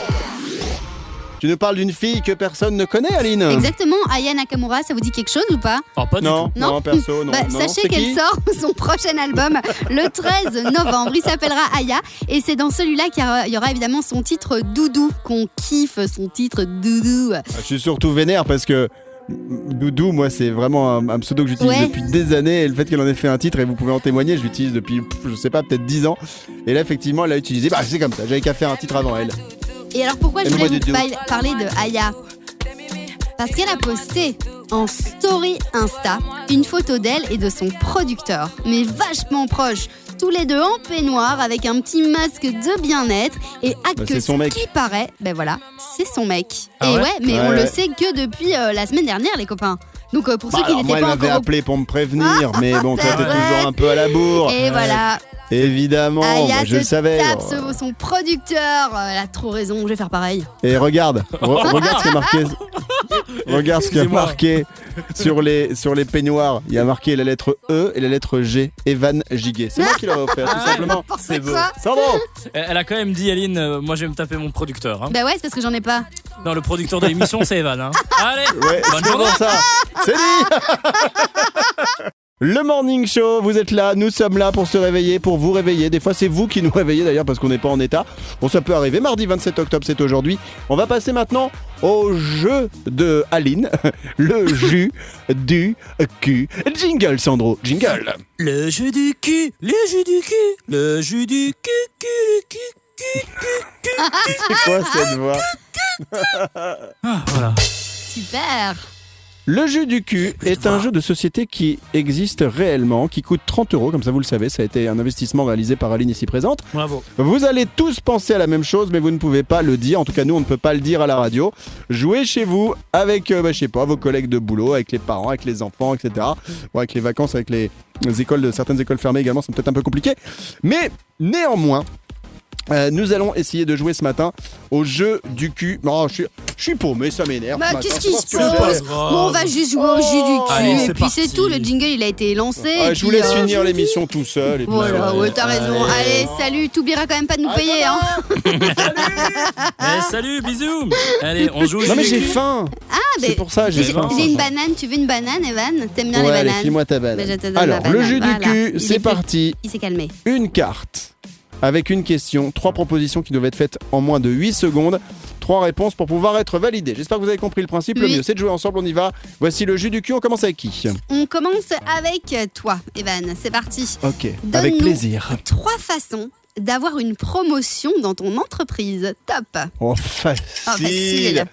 Speaker 2: Tu nous parles d'une fille que personne ne connaît, Aline
Speaker 3: Hum.
Speaker 4: Exactement. Aya Nakamura, ça vous dit quelque chose ou pas
Speaker 3: Oh, pas du
Speaker 2: Non,
Speaker 3: tout.
Speaker 2: non,
Speaker 4: Non.
Speaker 2: perso, non.
Speaker 4: Bah,
Speaker 2: non,
Speaker 4: sachez
Speaker 2: c'est qui
Speaker 4: qu'elle sort [laughs] son prochain album le 13 novembre. Il s'appellera Aya et c'est dans celui-là qu'il y aura- il y aura évidemment son titre Doudou qu'on kiffe, son titre Doudou.
Speaker 2: Ah, Je suis surtout vénère parce que Doudou, moi, c'est vraiment un, un pseudo que j'utilise
Speaker 4: Ouais.
Speaker 2: depuis des années. Et le fait qu'elle en ait fait un titre, et vous pouvez en témoigner, je l'utilise depuis, pff, je sais pas, peut-être 10 ans. Et là, effectivement, elle l'a utilisé. Bah, c'est comme ça, j'avais qu'à faire un titre avant elle.
Speaker 4: Et alors pourquoi je
Speaker 2: Elle
Speaker 4: voulais
Speaker 2: voit
Speaker 4: vous
Speaker 2: Doudou.
Speaker 4: pa- parler de Aya Parce qu'elle a posté en story Insta une photo d'elle et de son producteur, mais vachement proches. Tous les deux en peignoir avec un petit masque de bien-être et à
Speaker 2: Bah,
Speaker 4: que
Speaker 2: c'est son mec.
Speaker 4: qui paraît, ben voilà, c'est son mec.
Speaker 3: Ah
Speaker 4: et
Speaker 3: ouais
Speaker 4: ouais, mais
Speaker 2: Ouais,
Speaker 4: on
Speaker 2: ouais.
Speaker 4: le sait que depuis euh, la semaine dernière, les copains. Donc euh, pour
Speaker 2: Bah,
Speaker 4: ceux qui
Speaker 2: alors, moi,
Speaker 4: n'étaient
Speaker 2: elle
Speaker 4: pas
Speaker 2: m'avait
Speaker 4: encore au Ah,
Speaker 2: appelé pour me prévenir, mais bon, toi,
Speaker 4: c'est
Speaker 2: t'es
Speaker 4: vrai.
Speaker 2: toujours un peu à la bourre.
Speaker 4: et voilà,
Speaker 2: Évidemment, moi,
Speaker 4: Aya
Speaker 2: euh, bah, je le
Speaker 4: se
Speaker 2: savais.
Speaker 4: tape
Speaker 2: alors.
Speaker 4: sur son producteur. Euh, Elle a trop raison, je vais faire pareil.
Speaker 2: Et regarde, re- regarde ce qui est marqué.
Speaker 4: [laughs]
Speaker 2: Regarde ce qui est
Speaker 3: Excusez-moi.
Speaker 2: marqué sur les, sur les peignoirs. Il y a marqué la lettre E et la lettre G. Evan Giguet. C'est moi qui l'aurais offert, tout
Speaker 3: Ah ouais.
Speaker 2: simplement.
Speaker 4: Pour
Speaker 3: C'est beau.
Speaker 4: ça.
Speaker 2: Sandro
Speaker 3: Elle elle a quand même dit, Aline, euh, moi je vais me taper mon producteur. hein.
Speaker 4: Bah ouais, c'est parce que j'en ai pas.
Speaker 3: Non, le producteur de l'émission, c'est Evan. hein. Allez,
Speaker 2: Ouais,
Speaker 3: bonne
Speaker 2: c'est
Speaker 3: journée.
Speaker 2: pour ça. C'est dit Le morning show, vous êtes là, nous sommes là pour se réveiller, pour vous réveiller. Des fois, c'est vous qui nous réveillez d'ailleurs parce qu'on n'est pas en état. Bon, ça peut arriver. Mardi 27 octobre, c'est aujourd'hui. On va passer maintenant au jeu de Aline, [laughs] le jus du cul. Jingle, Sandro, jingle.
Speaker 3: Le jeu du cul, le jeu du cul, le jeu du cul, cul, cul, cul.
Speaker 2: C'est quoi cette voix
Speaker 3: Ah, voilà.
Speaker 4: Super
Speaker 2: Le jeu du cul est un jeu de société qui existe réellement, qui coûte 30 euros, comme ça vous le savez, ça a été un investissement réalisé par Aline ici présente.
Speaker 3: Bravo.
Speaker 2: Vous allez tous penser à la même chose, mais vous ne pouvez pas le dire. En tout cas, nous, on ne peut pas le dire à la radio. Jouez chez vous avec, euh, bah, je sais pas, vos collègues de boulot, avec les parents, avec les enfants, etc. Bon, avec les vacances, avec les, les écoles, de, certaines écoles fermées également, c'est peut-être un peu compliqué. Mais néanmoins, euh, nous allons essayer de jouer ce matin au jeu du cul. Non, je suis, je suis paumé, ça m'énerve.
Speaker 4: Bah,
Speaker 2: ce matin.
Speaker 4: qu'est-ce
Speaker 2: Je
Speaker 4: qui
Speaker 2: pense
Speaker 4: se
Speaker 2: que
Speaker 4: passe
Speaker 2: je vais-
Speaker 3: Pas
Speaker 4: Bon, on
Speaker 3: grave.
Speaker 4: va juste jouer au jus du cul.
Speaker 3: Allez,
Speaker 4: et
Speaker 3: c'est
Speaker 4: puis c'est
Speaker 3: parti.
Speaker 4: tout, le jingle il a été lancé.
Speaker 2: Ah,
Speaker 4: et
Speaker 2: je voulais
Speaker 4: puis, euh,
Speaker 2: finir l'émission tout seul. et tout
Speaker 4: Voilà,
Speaker 2: ça.
Speaker 4: ouais, t'as raison. Allez,
Speaker 3: Allez.
Speaker 4: salut, t'oublieras quand même pas de nous
Speaker 2: Ah,
Speaker 4: payer. Hein.
Speaker 3: Eh, salut, bisous. Allez, on joue. au
Speaker 2: Non, mais
Speaker 3: jeu
Speaker 2: j'ai
Speaker 3: du cul.
Speaker 2: faim.
Speaker 4: Ah,
Speaker 2: C'est
Speaker 4: mais
Speaker 2: pour ça, j'ai
Speaker 3: j'ai-
Speaker 4: j'ai
Speaker 2: faim.
Speaker 4: j'ai une banane, tu veux une banane, Evan T'aimes bien
Speaker 2: Ouais,
Speaker 4: les
Speaker 2: allez,
Speaker 4: bananes
Speaker 2: file-moi ta banane.
Speaker 4: Bah, je te donne
Speaker 2: Alors,
Speaker 4: ma
Speaker 2: le
Speaker 4: banane,
Speaker 2: jus
Speaker 4: voilà.
Speaker 2: du
Speaker 4: Il
Speaker 2: cul, c'est
Speaker 4: est plus-
Speaker 2: parti.
Speaker 4: Il s'est calmé.
Speaker 2: une carte avec une question, trois propositions qui doivent être faites en moins de 8 secondes, trois réponses pour pouvoir être validées. J'espère que vous avez compris le principe. Le
Speaker 4: Oui.
Speaker 2: mieux, c'est de jouer ensemble. On y va. Voici le jus du cul. On commence avec qui
Speaker 4: On commence avec toi, Evan. C'est parti.
Speaker 2: Ok.
Speaker 4: Donne-nous.
Speaker 2: Avec plaisir.
Speaker 4: Trois façons d'avoir une promotion dans ton entreprise. Top. Ah,
Speaker 2: Oh,
Speaker 4: Oh,
Speaker 2: facile.
Speaker 4: facile.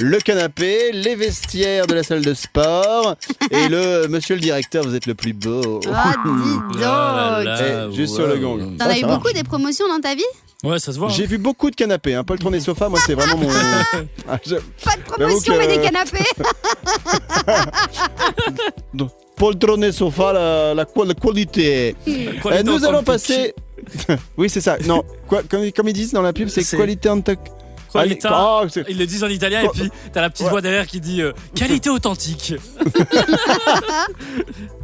Speaker 2: Le canapé, les vestiaires de la salle de
Speaker 4: [laughs]
Speaker 2: sport et le monsieur le directeur, vous êtes le plus beau.
Speaker 4: Ah, dis
Speaker 3: Là, là,
Speaker 4: donc.
Speaker 3: là,
Speaker 2: Eh, juste
Speaker 3: ouais.
Speaker 2: sur le gang.
Speaker 4: Ah, T'en
Speaker 2: Ah,
Speaker 4: as eu
Speaker 2: ça va.
Speaker 4: beaucoup des promotions dans ta vie
Speaker 3: Ouais, ça se voit. hein.
Speaker 2: J'ai vu beaucoup de canapés, hein. pas le tourner sofa, moi c'est vraiment mon...
Speaker 5: [laughs]
Speaker 2: Ah, je-
Speaker 4: Pas de promotion,
Speaker 2: que-
Speaker 4: mais des canapés.
Speaker 2: Donc, poltrone sofa, la, la qual- qualité. Euh, nous allons passer. [laughs] oui, c'est ça. Non, quoi, comme, comme ils disent dans la pub, c'est
Speaker 3: C'est-
Speaker 2: qualité en toc.
Speaker 5: Qualità.
Speaker 2: Ah, c'est-
Speaker 5: Ils le disent en italien et puis t'as la petite
Speaker 2: Ouais.
Speaker 5: voix derrière qui dit euh, qualité authentique.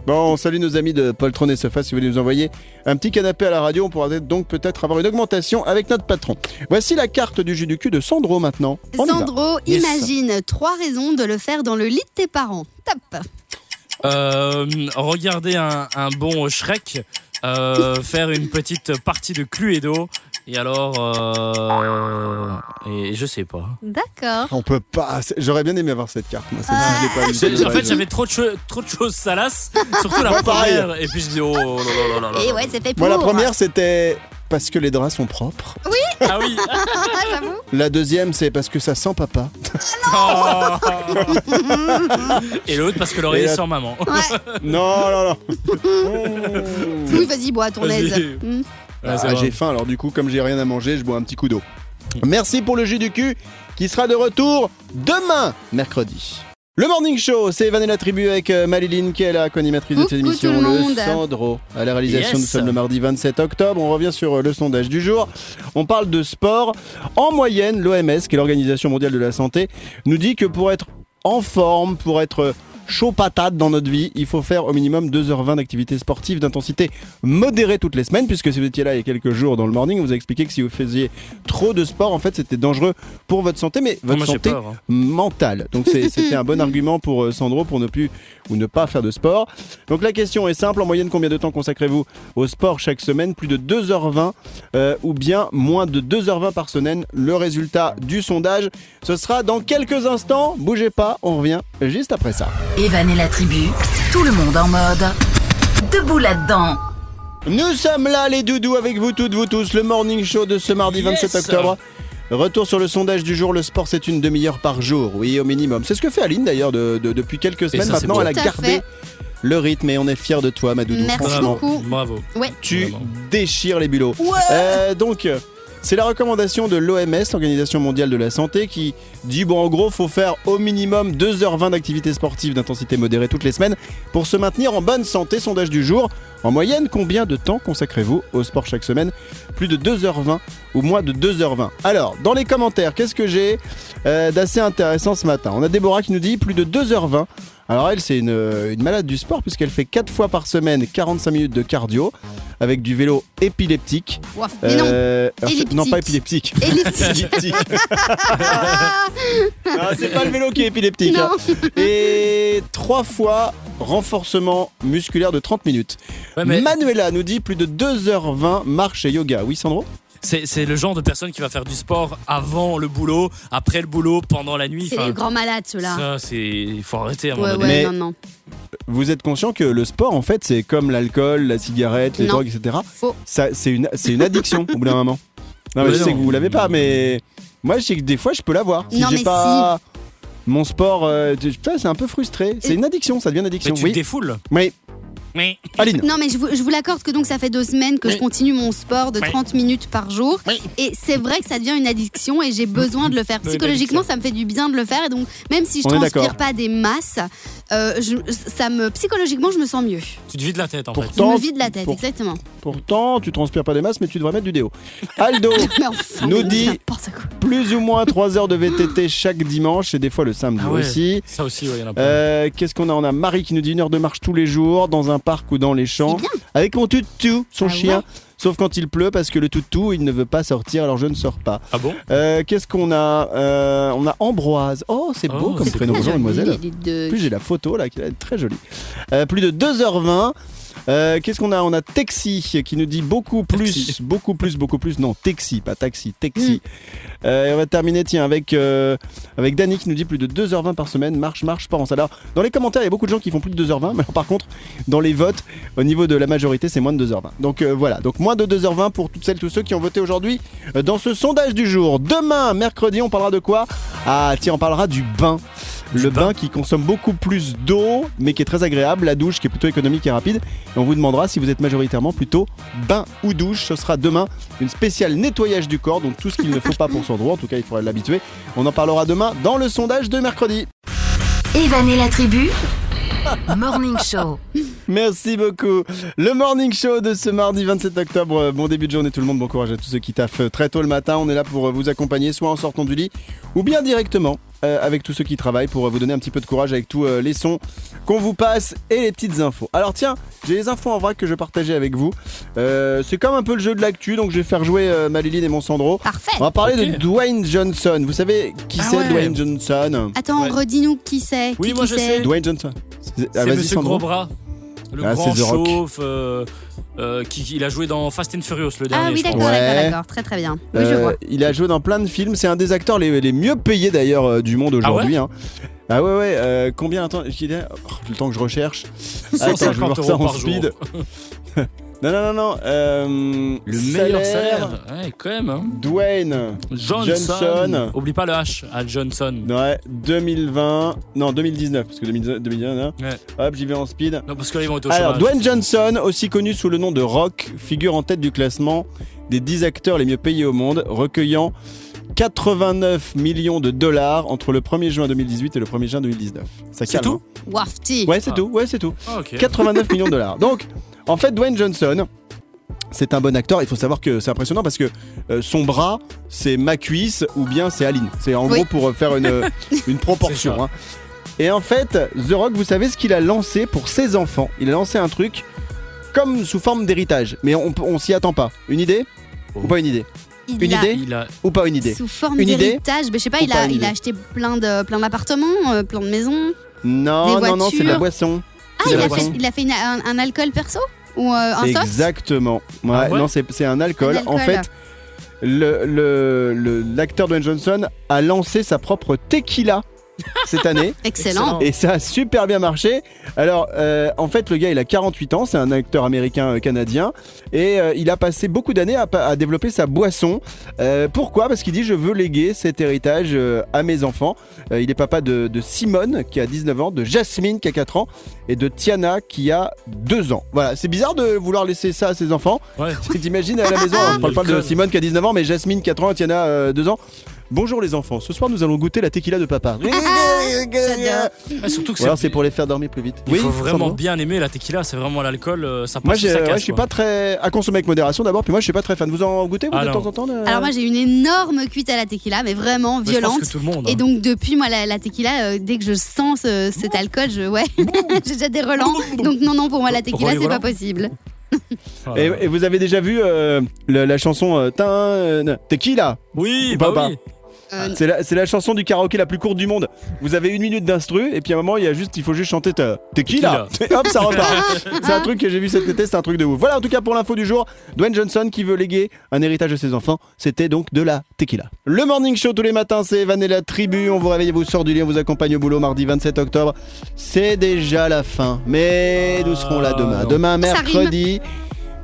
Speaker 2: Bon, on salue nos amis de Poltron et Sofa. Si vous voulez nous envoyer un petit canapé à la radio, on pourra peut-être- donc peut-être avoir une augmentation avec notre patron. Voici la carte du jus du cul de Sandro maintenant. On y va.
Speaker 4: Sandro,
Speaker 2: Yes.
Speaker 4: imagine trois raisons de le faire dans le lit de tes parents. Top.
Speaker 5: Euh, regarder un, un bon Shrek, euh, faire une petite partie de Cluedo. Et alors, euh, et je sais pas.
Speaker 4: D'accord.
Speaker 2: On peut pas. c'est- J'aurais bien aimé avoir cette carte. Moi, celle-ci,
Speaker 4: Ah.
Speaker 5: [laughs]
Speaker 2: je l'ai pas vue, je l'ai
Speaker 5: En
Speaker 2: pas
Speaker 5: fait,
Speaker 2: vue.
Speaker 5: j'avais trop de, cho- trop de choses salaces, surtout la
Speaker 2: Moi, pareil.
Speaker 5: première. Et puis je dis oh là là là là.
Speaker 4: Et ouais, c'est fait pour.
Speaker 2: Moi,
Speaker 5: Oh.
Speaker 2: la première, c'était parce que les draps sont propres.
Speaker 5: Ah oui.
Speaker 4: [laughs] Ah, j'avoue.
Speaker 2: La deuxième, c'est parce que ça sent papa.
Speaker 5: Oh.
Speaker 4: [laughs]
Speaker 5: et l'autre parce que l'oreiller
Speaker 2: Et la- Ah,
Speaker 5: sans maman.
Speaker 4: Ouais.
Speaker 2: non, non, [laughs] non. Mmh.
Speaker 4: Oui, vas-y, bois à ton
Speaker 5: Vas-y.
Speaker 4: aise. Hmm.
Speaker 5: Ouais, c'est
Speaker 2: Ah,
Speaker 5: vrai.
Speaker 2: j'ai faim, alors du coup, comme j'ai rien à manger, je bois un petit coup d'eau. Merci pour le jus du cul qui sera de retour demain, mercredi. Le Morning Show, c'est Evan et la tribu avec euh, Marilyn qui est la co-animatrice de cette
Speaker 4: Coucou
Speaker 2: émission,
Speaker 4: tout le monde.
Speaker 2: Sandro. À la réalisation,
Speaker 5: Yes.
Speaker 2: nous sommes le mardi 27 octobre. On revient sur euh, le sondage du jour. On parle de sport. En moyenne, l'OMS, qui est l'Organisation Mondiale de la Santé, nous dit que pour être en forme, pour être chaud patate dans notre vie, il faut faire au minimum 2h20 d'activité sportive d'intensité modérée toutes les semaines, puisque si vous étiez là il y a quelques jours dans le morning, on vous a expliqué que si vous faisiez trop de sport, en fait, c'était dangereux pour votre santé, mais votre
Speaker 5: Moi, j'ai
Speaker 2: santé
Speaker 5: peur, hein.
Speaker 2: mentale. Donc c'est- c'était un bon argument pour euh, Sandro pour ne plus ou ne pas faire de sport. Donc la question est simple, en moyenne combien de temps consacrez-vous au sport chaque semaine Plus de 2h20 euh, ou bien moins de 2h20 par semaine Le résultat du sondage, ce sera dans quelques instants. Bougez pas, on revient juste après ça.
Speaker 1: Evan et la tribu, tout le monde en mode. Debout là-dedans.
Speaker 2: Nous sommes là les doudous avec vous toutes, vous tous, le morning show de ce mardi
Speaker 5: Yes.
Speaker 2: 27 octobre. Retour sur le sondage du jour, le sport c'est une demi-heure par jour, oui au minimum. C'est ce que fait Aline d'ailleurs de- de- depuis quelques semaines
Speaker 5: ça, c'est
Speaker 2: maintenant,
Speaker 5: beau.
Speaker 2: elle a
Speaker 4: Tout à
Speaker 2: gardé
Speaker 4: fait.
Speaker 2: le rythme et on est fiers de toi ma doudou.
Speaker 4: Merci
Speaker 2: Franchement,
Speaker 4: beaucoup.
Speaker 5: Bravo.
Speaker 4: Ouais.
Speaker 2: tu
Speaker 5: Vraiment.
Speaker 2: déchires les bulots.
Speaker 4: Ouais.
Speaker 2: Euh, donc, euh, c'est la recommandation de l'OMS, l'Organisation Mondiale de la Santé, qui dit, bon, en gros, faut faire au minimum 2h20 d'activité sportive d'intensité modérée toutes les semaines pour se maintenir en bonne santé. Sondage du jour. En moyenne, combien de temps consacrez-vous au sport chaque semaine Plus de 2h20 ou moins de 2h20 Alors, dans les commentaires, qu'est-ce que j'ai euh, d'assez intéressant ce matin On a Déborah qui nous dit plus de 2h20. Alors elle, c'est une, une malade du sport puisqu'elle fait 4 fois par semaine 45 minutes de cardio avec du vélo épileptique.
Speaker 4: Ouah. Mais non.
Speaker 2: Euh, en fait,
Speaker 4: Elliptique.
Speaker 2: non, pas épileptique. [laughs]
Speaker 4: Elliptique. [laughs]
Speaker 2: Épileptique. Ah, c'est pas le vélo qui est épileptique.
Speaker 4: Non.
Speaker 2: hein. Et trois fois renforcement musculaire de 30 minutes.
Speaker 5: Ouais, mais
Speaker 2: Manuela nous dit plus de 2h20 marche et yoga. Oui, Sandro
Speaker 5: c'est c'est le genre de personne qui va faire du sport avant le boulot, après le boulot, pendant la nuit.
Speaker 4: C'est
Speaker 5: Enfin,
Speaker 4: les grands malades, ceux-là.
Speaker 5: Ça, c'est. Il faut arrêter à un moment
Speaker 4: Ouais,
Speaker 5: donné.
Speaker 4: ouais,
Speaker 2: Mais-
Speaker 4: non, non.
Speaker 2: Vous êtes conscient que le sport, en fait, c'est comme l'alcool, la cigarette, les
Speaker 4: Non.
Speaker 2: drogues, etc.
Speaker 4: Faux.
Speaker 2: Ça, c'est une, c'est une addiction au bout d'un moment. Non, mais
Speaker 5: Ouais,
Speaker 2: je sais
Speaker 5: non.
Speaker 2: que vous l'avez pas, mais moi, je sais que des fois, je peux l'avoir. Si
Speaker 4: Non,
Speaker 2: j'ai
Speaker 4: mais
Speaker 2: pas mon sport, euh, tu- putain, c'est un peu frustré. C'est une addiction, ça devient une
Speaker 5: Mais
Speaker 2: addiction.
Speaker 5: tu te
Speaker 2: Oui,
Speaker 5: défoules.
Speaker 2: mais
Speaker 4: [laughs]
Speaker 5: Mais
Speaker 2: Aline.
Speaker 4: Non, mais je vous, je vous l'accorde que donc ça fait deux semaines que je
Speaker 5: Oui.
Speaker 4: continue mon sport de
Speaker 5: Oui.
Speaker 4: 30 minutes par jour.
Speaker 5: Oui.
Speaker 4: Et c'est vrai que ça devient une addiction et j'ai besoin de le faire.
Speaker 5: Oui,
Speaker 4: Psychologiquement,
Speaker 5: l'addiction.
Speaker 4: ça me fait du bien de le faire. Et donc, même si je
Speaker 2: On est d'accord.
Speaker 4: transpire pas des masses, euh, je- ça me, psychologiquement, je me sens mieux.
Speaker 5: tu te vides la tête en fait.
Speaker 4: Je
Speaker 2: Tant-
Speaker 4: me vide la tête,
Speaker 2: pour-
Speaker 4: exactement.
Speaker 2: Pourtant, tu transpires pas des masses, mais tu devrais mettre du déo.
Speaker 5: [laughs]
Speaker 2: Aldo,
Speaker 4: Mais enfin,
Speaker 2: [laughs] Nous
Speaker 4: mais
Speaker 2: dit-
Speaker 4: n'importe quoi.
Speaker 2: plus ou moins 3 heures de VTT chaque dimanche et des fois le samedi
Speaker 5: Ah ouais.
Speaker 2: aussi.
Speaker 5: Ça aussi, ouais, il y en a plein.
Speaker 2: Euh, Qu'est-ce qu'on a On a Marie qui nous dit une heure de marche tous les jours dans un parc ou dans les champs.
Speaker 4: C'est bien.
Speaker 2: Avec mon toutou, son
Speaker 4: Ah
Speaker 2: chien.
Speaker 4: ouais.
Speaker 2: Sauf quand il pleut parce que le toutou, il ne veut pas sortir, alors je ne sors pas.
Speaker 5: Ah bon
Speaker 2: Euh, Qu'est-ce qu'on a Euh, On a Ambroise. Oh, c'est
Speaker 5: Oh,
Speaker 2: beau comme
Speaker 5: c'est
Speaker 2: prénom.
Speaker 5: beau.
Speaker 2: Bonjour, mademoiselle.
Speaker 4: Il est de-
Speaker 2: En plus, j'ai la photo là qui est très jolie. Euh, plus de 2h20. Euh, Qu'est-ce qu'on a On a Texi qui nous dit beaucoup plus,
Speaker 5: Texi.
Speaker 2: beaucoup plus, beaucoup plus. Non, Texi, pas taxi, Texi. Euh, et on va terminer tiens, avec, euh, avec Dani qui nous dit plus de 2h20 par semaine, marche, marche, pas en salle. Alors, dans les commentaires, il y a beaucoup de gens qui font plus de 2h20, mais alors, par contre, dans les votes, au niveau de la majorité, c'est moins de 2h20. Donc euh, voilà, donc moins de 2h20 pour toutes celles, tous ceux qui ont voté aujourd'hui euh, dans ce sondage du jour. Demain, mercredi, on parlera de quoi Ah, tiens, on parlera du bain. Le bain qui consomme beaucoup plus d'eau, mais qui est très agréable, la douche qui est plutôt économique et rapide. Et on vous demandera si vous êtes majoritairement plutôt bain ou douche. Ce sera demain une spéciale nettoyage du corps, donc tout ce qu'il ne faut pas pour Sandro, en tout cas il faudrait l'habituer. On en parlera demain dans le sondage de mercredi.
Speaker 1: Evan et la tribu, Morning Show.
Speaker 2: Merci beaucoup. Le morning show de ce mardi 27 octobre. Euh, Bon début de journée tout le monde. Bon courage à tous ceux qui taffent euh, très tôt le matin. On est là pour euh, vous accompagner, soit en sortant du lit, ou bien directement euh, avec tous ceux qui travaillent pour euh, vous donner un petit peu de courage avec tous euh, les sons qu'on vous passe et les petites infos. Alors tiens, j'ai les infos en vrac que je partageais avec vous. Euh, C'est comme un peu le jeu de l'actu, donc je vais faire jouer euh, ma Liline et mon Sandro.
Speaker 4: Parfait.
Speaker 2: On va parler
Speaker 5: Ok.
Speaker 2: de Dwayne Johnson. Vous savez qui
Speaker 5: Ah
Speaker 2: c'est
Speaker 5: ouais.
Speaker 2: Dwayne Johnson
Speaker 4: Attends,
Speaker 5: Ouais.
Speaker 4: redis-nous qui c'est.
Speaker 5: Oui,
Speaker 4: qui,
Speaker 5: moi,
Speaker 4: qui
Speaker 5: je
Speaker 4: c'est.
Speaker 5: sais.
Speaker 2: Dwayne Johnson. Ah,
Speaker 5: Euh, C'est
Speaker 2: vas-y,
Speaker 5: Monsieur
Speaker 2: Sandro.
Speaker 5: Gros Bras, le
Speaker 2: Ah,
Speaker 5: grand
Speaker 2: c'est The Rock.
Speaker 5: chauffe, euh, euh, qui, qui- il a joué dans Fast and Furious le dernier.
Speaker 4: Ah oui,
Speaker 5: je
Speaker 4: d'accord,
Speaker 5: crois.
Speaker 4: d'accord,
Speaker 2: Ouais.
Speaker 4: d'accord. Très, très bien. Oui, je
Speaker 2: Euh,
Speaker 4: vois.
Speaker 2: Il a joué dans plein de films. C'est un des acteurs les, les mieux payés d'ailleurs euh, du monde aujourd'hui. hein. Ah ouais, ouais. euh, combien Attends, je dirais- oh, le temps que je recherche. Attends, je vais
Speaker 5: 150
Speaker 2: voir
Speaker 5: euros
Speaker 2: ça en
Speaker 5: par jour.
Speaker 2: speed. [laughs] non, non, non, non. euh,
Speaker 5: Le meilleur salaire. Ouais, quand même. hein.
Speaker 2: Dwayne.
Speaker 5: Johnson.
Speaker 2: Johnson.
Speaker 5: Oublie pas le H à Johnson.
Speaker 2: Ouais, 2020. Non, 2019. Parce que 2019. 2019, hein.
Speaker 5: Ouais.
Speaker 2: Hop, j'y vais en speed.
Speaker 5: Non, parce que là, ils vont être au
Speaker 2: Alors,
Speaker 5: chômage.
Speaker 2: Dwayne Johnson, aussi connu sous le nom de Rock, figure en tête du classement des 10 acteurs les mieux payés au monde, recueillant 89 millions de dollars entre le 1er juin 2018 et le 1er juin 2019. Ça
Speaker 5: C'est
Speaker 2: calme.
Speaker 5: tout
Speaker 2: hein
Speaker 4: Wafty.
Speaker 2: Ouais, c'est
Speaker 5: Ah.
Speaker 2: tout. Ouais, c'est tout.
Speaker 5: Ah, ok.
Speaker 2: 89 millions de dollars. Donc, en fait, Dwayne Johnson, c'est un bon acteur. Il faut savoir que c'est impressionnant parce que euh, son bras, c'est ma cuisse ou bien c'est Aline. C'est en
Speaker 4: Oui.
Speaker 2: gros pour euh, faire
Speaker 4: [laughs]
Speaker 2: une, une
Speaker 5: C'est
Speaker 2: proportion.
Speaker 5: ça.
Speaker 2: hein. Et en fait, The Rock, vous savez ce qu'il a lancé pour ses enfants Il a lancé un truc comme sous forme d'héritage, mais on, on s'y attend pas. Une idée
Speaker 5: Oh.
Speaker 2: Ou pas une idée
Speaker 4: Il
Speaker 2: Une
Speaker 4: a-
Speaker 2: idée
Speaker 5: Il a-
Speaker 2: Ou pas une idée
Speaker 4: Sous forme
Speaker 2: Une idée
Speaker 4: d'héritage, mais je sais pas,
Speaker 2: Ou
Speaker 4: il
Speaker 2: pas
Speaker 4: a,
Speaker 2: une
Speaker 4: il
Speaker 2: idée
Speaker 4: a acheté plein de plein d'appartements, euh, plein de maisons.
Speaker 2: Non,
Speaker 4: Des
Speaker 2: non, non, c'est de la
Speaker 4: voitures
Speaker 2: boisson.
Speaker 4: Ah,
Speaker 2: C'est
Speaker 4: il
Speaker 2: la
Speaker 4: a, fait,
Speaker 2: boisson.
Speaker 4: il a fait une- un, un alcool perso ou euh, un soft
Speaker 2: Exactement. Ouais,
Speaker 5: Ah ouais
Speaker 2: Non, c'est c'est un alcool.
Speaker 4: Un alcool.
Speaker 2: En fait, l'acteur le, le- l'acteur Dwayne Johnson a lancé sa propre tequila cette année
Speaker 4: Excellent.
Speaker 2: et ça a super bien marché. Alors, euh, en fait, le gars, il a 48 ans, c'est un acteur américain euh, canadien et euh, il a passé beaucoup d'années à, pa- à développer sa boisson. Euh, pourquoi Parce qu'il dit je veux léguer cet héritage euh, à mes enfants. Euh, il est papa de, de Simone qui a 19 ans, de Jasmine qui a 4 ans et de Tiana qui a 2 ans. Voilà, c'est bizarre de vouloir laisser ça à ses enfants.
Speaker 5: Ouais.
Speaker 2: Parce que t'imagines à la maison, on parle pas de Simone qui a 19 ans, mais Jasmine 4 ans, Tiana euh, 2 ans. Bonjour les enfants, ce soir nous allons goûter la tequila de papa.
Speaker 4: J'adore.
Speaker 5: Ah, surtout que
Speaker 2: Ou alors c'est pour les faire dormir plus vite.
Speaker 5: Il faut vraiment
Speaker 2: Sandro
Speaker 5: bien aimer la tequila, c'est vraiment l'alcool, euh, ça passe
Speaker 2: Moi
Speaker 5: ou
Speaker 2: j'ai-
Speaker 5: ça
Speaker 2: ouais,
Speaker 5: casse.
Speaker 2: je suis
Speaker 5: quoi.
Speaker 2: pas très à consommer avec modération d'abord, puis moi je suis pas très fan. Vous en goûtez vous
Speaker 5: Ah
Speaker 2: de
Speaker 5: non.
Speaker 2: temps en temps euh le-
Speaker 4: Alors moi j'ai une énorme cuite à la tequila, mais vraiment
Speaker 5: Mais je pense
Speaker 4: violente.
Speaker 5: que tout le monde.
Speaker 4: Et
Speaker 5: hein.
Speaker 4: donc depuis moi la, la tequila, euh, dès que je sens ce- cet alcool, je ouais, [laughs] j'ai déjà des relents. Donc non non pour moi la tequila
Speaker 5: Relais
Speaker 4: c'est pas
Speaker 5: relents.
Speaker 4: possible.
Speaker 5: Voilà.
Speaker 2: et, et vous avez déjà vu euh, le- la chanson euh, Tin, euh, Tequila
Speaker 5: Oui,
Speaker 2: Ou pas,
Speaker 5: bah
Speaker 2: pas.
Speaker 5: oui.
Speaker 4: Euh,
Speaker 2: C'est la, c'est la chanstons du karaoké la plus courte du monde. Vous avez une minute d'instru et puis à un moment il y a juste il faut juste chanter ta- tequila. Et
Speaker 5: [laughs]
Speaker 2: hop ça repart. c'est un truc que j'ai vu cet été, c'est un truc de ouf. Voilà en tout cas pour l'info du jour, Dwayne Johnson qui veut léguer un héritage à ses enfants, c'était donc de la tequila. Le morning show tous les matins, c'est Evan et la tribu, on vous réveille, vous sort du lit, on vous accompagne au boulot mardi 27 octobre. C'est déjà la fin, mais nous serons là demain.
Speaker 5: Ah, non.
Speaker 2: Demain
Speaker 4: Ça rime.
Speaker 2: mercredi.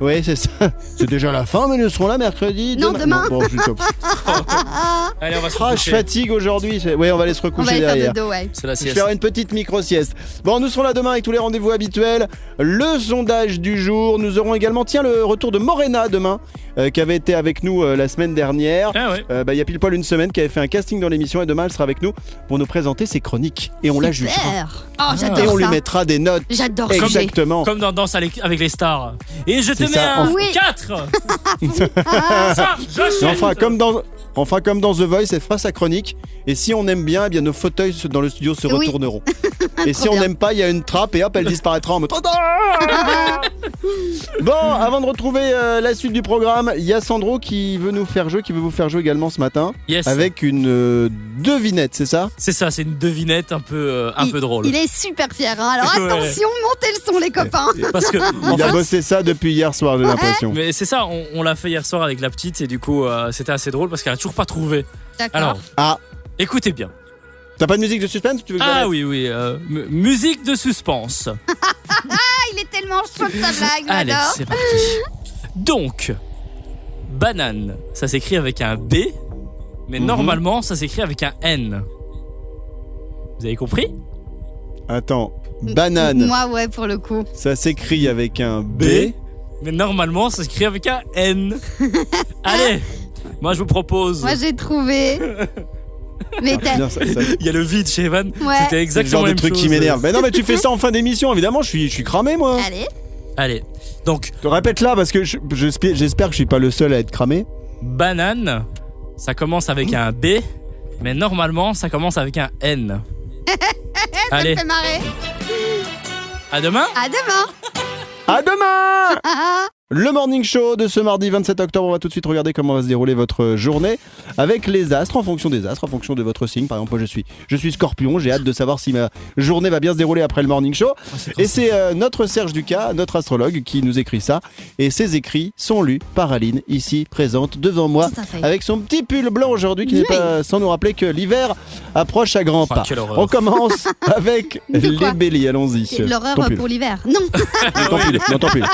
Speaker 2: Oui, c'est ça. C'est déjà la fin, mais nous serons là mercredi.
Speaker 4: Non, demain.
Speaker 2: Bon, bon, je suis top.
Speaker 5: Allez, on va se
Speaker 2: Ah, je
Speaker 5: coucher.
Speaker 2: fatigue aujourd'hui. c'est- Ouais, on va aller se
Speaker 4: on va
Speaker 2: recoucher
Speaker 4: aller faire
Speaker 2: derrière.
Speaker 4: dodo ouais.
Speaker 5: C'est la
Speaker 2: Je vais
Speaker 5: sieste.
Speaker 2: faire une petite micro-sieste. Bon, nous serons là demain avec tous les rendez-vous habituels. Le sondage du jour. Nous aurons également, tiens, le retour de Morena demain, euh, qui avait été avec nous euh, la semaine dernière.
Speaker 5: Ah ouais.
Speaker 2: Euh, bah, Il y a pile poil une semaine, qui avait fait un casting dans l'émission. Et demain, elle sera avec nous pour nous présenter ses chroniques. Et on la jugera.
Speaker 4: Super.
Speaker 5: Ah,
Speaker 4: Oh
Speaker 2: Et on
Speaker 4: j'adore
Speaker 2: lui
Speaker 4: ça.
Speaker 2: mettra des notes.
Speaker 4: J'adore juger.
Speaker 2: Exactement.
Speaker 5: Comme dans Danse avec avec les stars. Et je te
Speaker 2: C'est
Speaker 5: mets
Speaker 2: ça,
Speaker 5: un
Speaker 4: en- Oui. [laughs]
Speaker 5: 4
Speaker 4: Ah,
Speaker 5: Ça,
Speaker 2: Et on fera
Speaker 5: j'achète
Speaker 2: comme dans. On fera comme dans The Voice, elle fera sa chronique. Et si on aime bien, eh bien nos fauteuils se- dans le studio se
Speaker 4: Oui.
Speaker 2: retourneront. et si
Speaker 4: [laughs] Trop
Speaker 2: on
Speaker 4: bien.
Speaker 2: n'aime pas, il y a une trappe et hop, elle disparaîtra en mode.
Speaker 4: [laughs]
Speaker 2: bon, avant de retrouver euh, la suite du programme, il y a Sandro qui veut nous faire jouer, qui veut vous faire jouer également ce matin
Speaker 5: Yes.
Speaker 2: avec une euh, devinette, c'est ça
Speaker 5: C'est ça, c'est une devinette un peu, euh, un
Speaker 4: il-
Speaker 5: peu drôle.
Speaker 4: Il est super fier. hein. Alors
Speaker 5: [laughs] Ouais.
Speaker 4: attention, montez le son les copains.
Speaker 5: Parce que, en
Speaker 2: Il a
Speaker 5: fait,
Speaker 2: bossé ça depuis hier soir, j'ai l'impression.
Speaker 5: mais c'est ça, on, on l'a fait hier soir avec la petite et du coup, euh, c'était assez drôle parce qu'elle a toujours pas trouvé.
Speaker 4: D'accord.
Speaker 5: Alors,
Speaker 2: Ah.
Speaker 5: écoutez bien.
Speaker 2: T'as pas de musique de suspense tu veux que je la
Speaker 5: Ah
Speaker 2: mette
Speaker 5: oui, oui, euh, mu- musique de suspense.
Speaker 4: Ah, Il est tellement chaud de
Speaker 5: [laughs]
Speaker 4: sa blague,
Speaker 5: Allez,
Speaker 4: j'adore.
Speaker 5: c'est parti. Donc, banane, ça s'écrit avec un B, mais
Speaker 2: Mhm.
Speaker 5: normalement, ça s'écrit avec un N. Vous avez compris
Speaker 2: Attends, banane,
Speaker 4: Moi, ouais, pour le coup.
Speaker 2: ça s'écrit avec un B.
Speaker 5: mais normalement, ça s'écrit avec un
Speaker 2: [laughs]
Speaker 5: N. Allez, moi je vous propose [laughs]
Speaker 4: Moi, j'ai trouvé. Mais t'as-
Speaker 2: Putain, ça- ça-
Speaker 5: Il y a le vide chez Evan.
Speaker 4: Ouais.
Speaker 5: C'était
Speaker 2: C'est le
Speaker 5: exactement
Speaker 2: genre de
Speaker 5: le même
Speaker 2: truc qui
Speaker 5: chose.
Speaker 2: m'énerve. Mais non, mais tu fais ça en fin d'émission, évidemment, je suis, je suis cramé moi.
Speaker 4: Allez.
Speaker 5: Allez, donc
Speaker 2: Te répète là parce que je- j'espère j'espère que je suis pas le seul à être cramé.
Speaker 5: banane, ça commence avec un B, mais normalement ça commence avec un
Speaker 4: [laughs]
Speaker 5: N. Allez,
Speaker 4: Ça fait marrer.
Speaker 5: à demain.
Speaker 4: À demain.
Speaker 2: À demain
Speaker 4: Ah,
Speaker 2: Le morning show de ce mardi 27 octobre, on va tout de suite regarder comment va se dérouler votre journée avec les astres, en fonction des astres, en fonction de votre signe. Par exemple, moi je suis, je suis scorpion, j'ai hâte de savoir si ma journée va bien se dérouler après le morning show.
Speaker 5: Ah,
Speaker 2: Et c'est euh, notre Serge Ducas, notre astrologue, qui nous écrit ça. Et ses écrits sont lus par Aline, ici présente devant moi,
Speaker 4: Tout à fait.
Speaker 2: avec son petit pull blanc aujourd'hui, qui n'est
Speaker 4: Oui.
Speaker 2: pas sans nous rappeler que l'hiver approche à grands
Speaker 5: Oh,
Speaker 2: pas.
Speaker 5: quelle horreur.
Speaker 2: On
Speaker 4: [laughs]
Speaker 2: commence avec
Speaker 4: De
Speaker 2: les
Speaker 4: quoi
Speaker 2: béliers, allons-y.
Speaker 4: c'est l'horreur
Speaker 2: Ton pull.
Speaker 4: pour l'hiver. Non.
Speaker 2: Non, ton
Speaker 4: [laughs]
Speaker 2: pull, non, ton pull.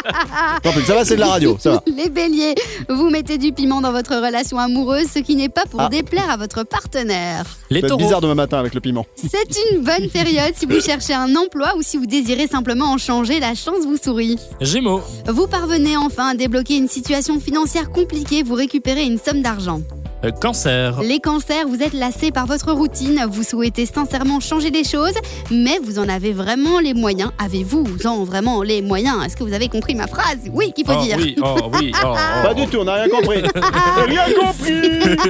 Speaker 2: Ton pull. Ça va, c'est de la radio, ça va.
Speaker 4: Les béliers, vous mettez du piment dans votre relation amoureuse, ce qui n'est pas pour
Speaker 2: Ah.
Speaker 4: déplaire à votre partenaire.
Speaker 5: Les
Speaker 2: Ça va être
Speaker 5: taureaux.
Speaker 2: bizarre demain matin avec le piment.
Speaker 4: C'est une bonne période si vous cherchez un emploi ou si vous désirez simplement en changer, la chance vous sourit.
Speaker 5: Gémeaux,
Speaker 4: Vous parvenez enfin à débloquer une situation financière compliquée, vous récupérez une somme d'argent.
Speaker 5: euh,
Speaker 2: Ah.
Speaker 5: cancer,
Speaker 4: Les cancers, vous êtes lassés par votre routine, vous souhaitez sincèrement changer les choses, mais vous en avez vraiment les moyens. Avez-vous en vraiment les moyens Est-ce que vous avez compris ma phrase Oui, qu'il faut
Speaker 2: Ah,
Speaker 5: oh,
Speaker 4: dire.
Speaker 5: Oui, oh, oui,
Speaker 4: [laughs]
Speaker 5: oh, oh.
Speaker 2: Pas du tout, on n'a rien [laughs] compris. rien compris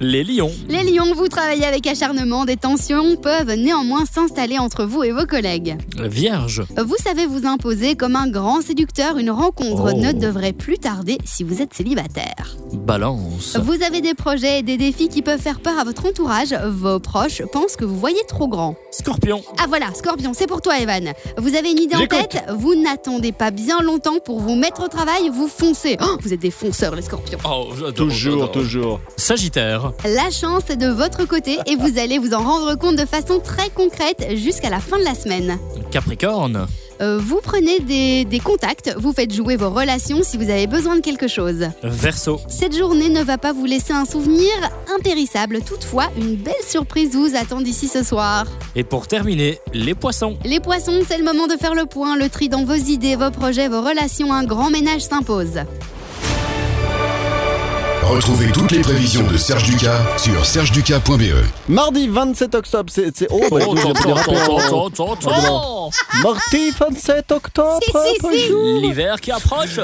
Speaker 5: Les lions,
Speaker 4: Les lions, vous travaillez avec acharnement, des tensions peuvent néanmoins s'installer entre vous et vos collègues.
Speaker 5: vierge,
Speaker 4: Vous savez vous imposer comme un grand séducteur, une rencontre
Speaker 5: Oh.
Speaker 4: ne devrait plus tarder si vous êtes célibataire.
Speaker 5: balance,
Speaker 4: Vous avez des projets et des défis qui peuvent faire peur à votre entourage, vos proches pensent que vous voyez trop grand.
Speaker 5: scorpion,
Speaker 4: Ah voilà, Scorpion, c'est pour toi Evan. Vous avez une idée en
Speaker 2: J'écoute.
Speaker 4: tête, vous n'attendez pas bien longtemps pour vous mettre au travail, vous foncez. Oh, vous êtes des fonceurs les scorpions.
Speaker 5: oh, j'adore,
Speaker 2: Toujours,
Speaker 5: j'adore.
Speaker 2: toujours.
Speaker 5: Sagittaire,
Speaker 4: La chance est de votre côté et vous allez vous en rendre compte de façon très concrète jusqu'à la fin de la semaine.
Speaker 5: Capricorne,
Speaker 4: Euh, vous prenez des, des contacts, vous faites jouer vos relations si vous avez besoin de quelque chose.
Speaker 5: Verseau,
Speaker 4: Cette journée ne va pas vous laisser un souvenir impérissable, toutefois une belle surprise vous attend d'ici ce soir.
Speaker 5: et pour terminer, les poissons.
Speaker 4: Les poissons, c'est le moment de faire le point, le tri dans vos idées, vos projets, vos relations, un grand ménage s'impose.
Speaker 6: Retrouvez toutes les prévisions de Serge Ducas sur sergeducas.be.
Speaker 2: Mardi 27 octobre, c'est. c'est- Oh, bah,
Speaker 5: Oh,
Speaker 2: écoute, j'ai
Speaker 5: tant,
Speaker 2: dérapé
Speaker 5: tant,
Speaker 2: en-
Speaker 5: tant, tant, tant,
Speaker 2: Mardi 27 octobre,
Speaker 4: Si, si, si.
Speaker 5: tant. oh. L'hiver qui approche.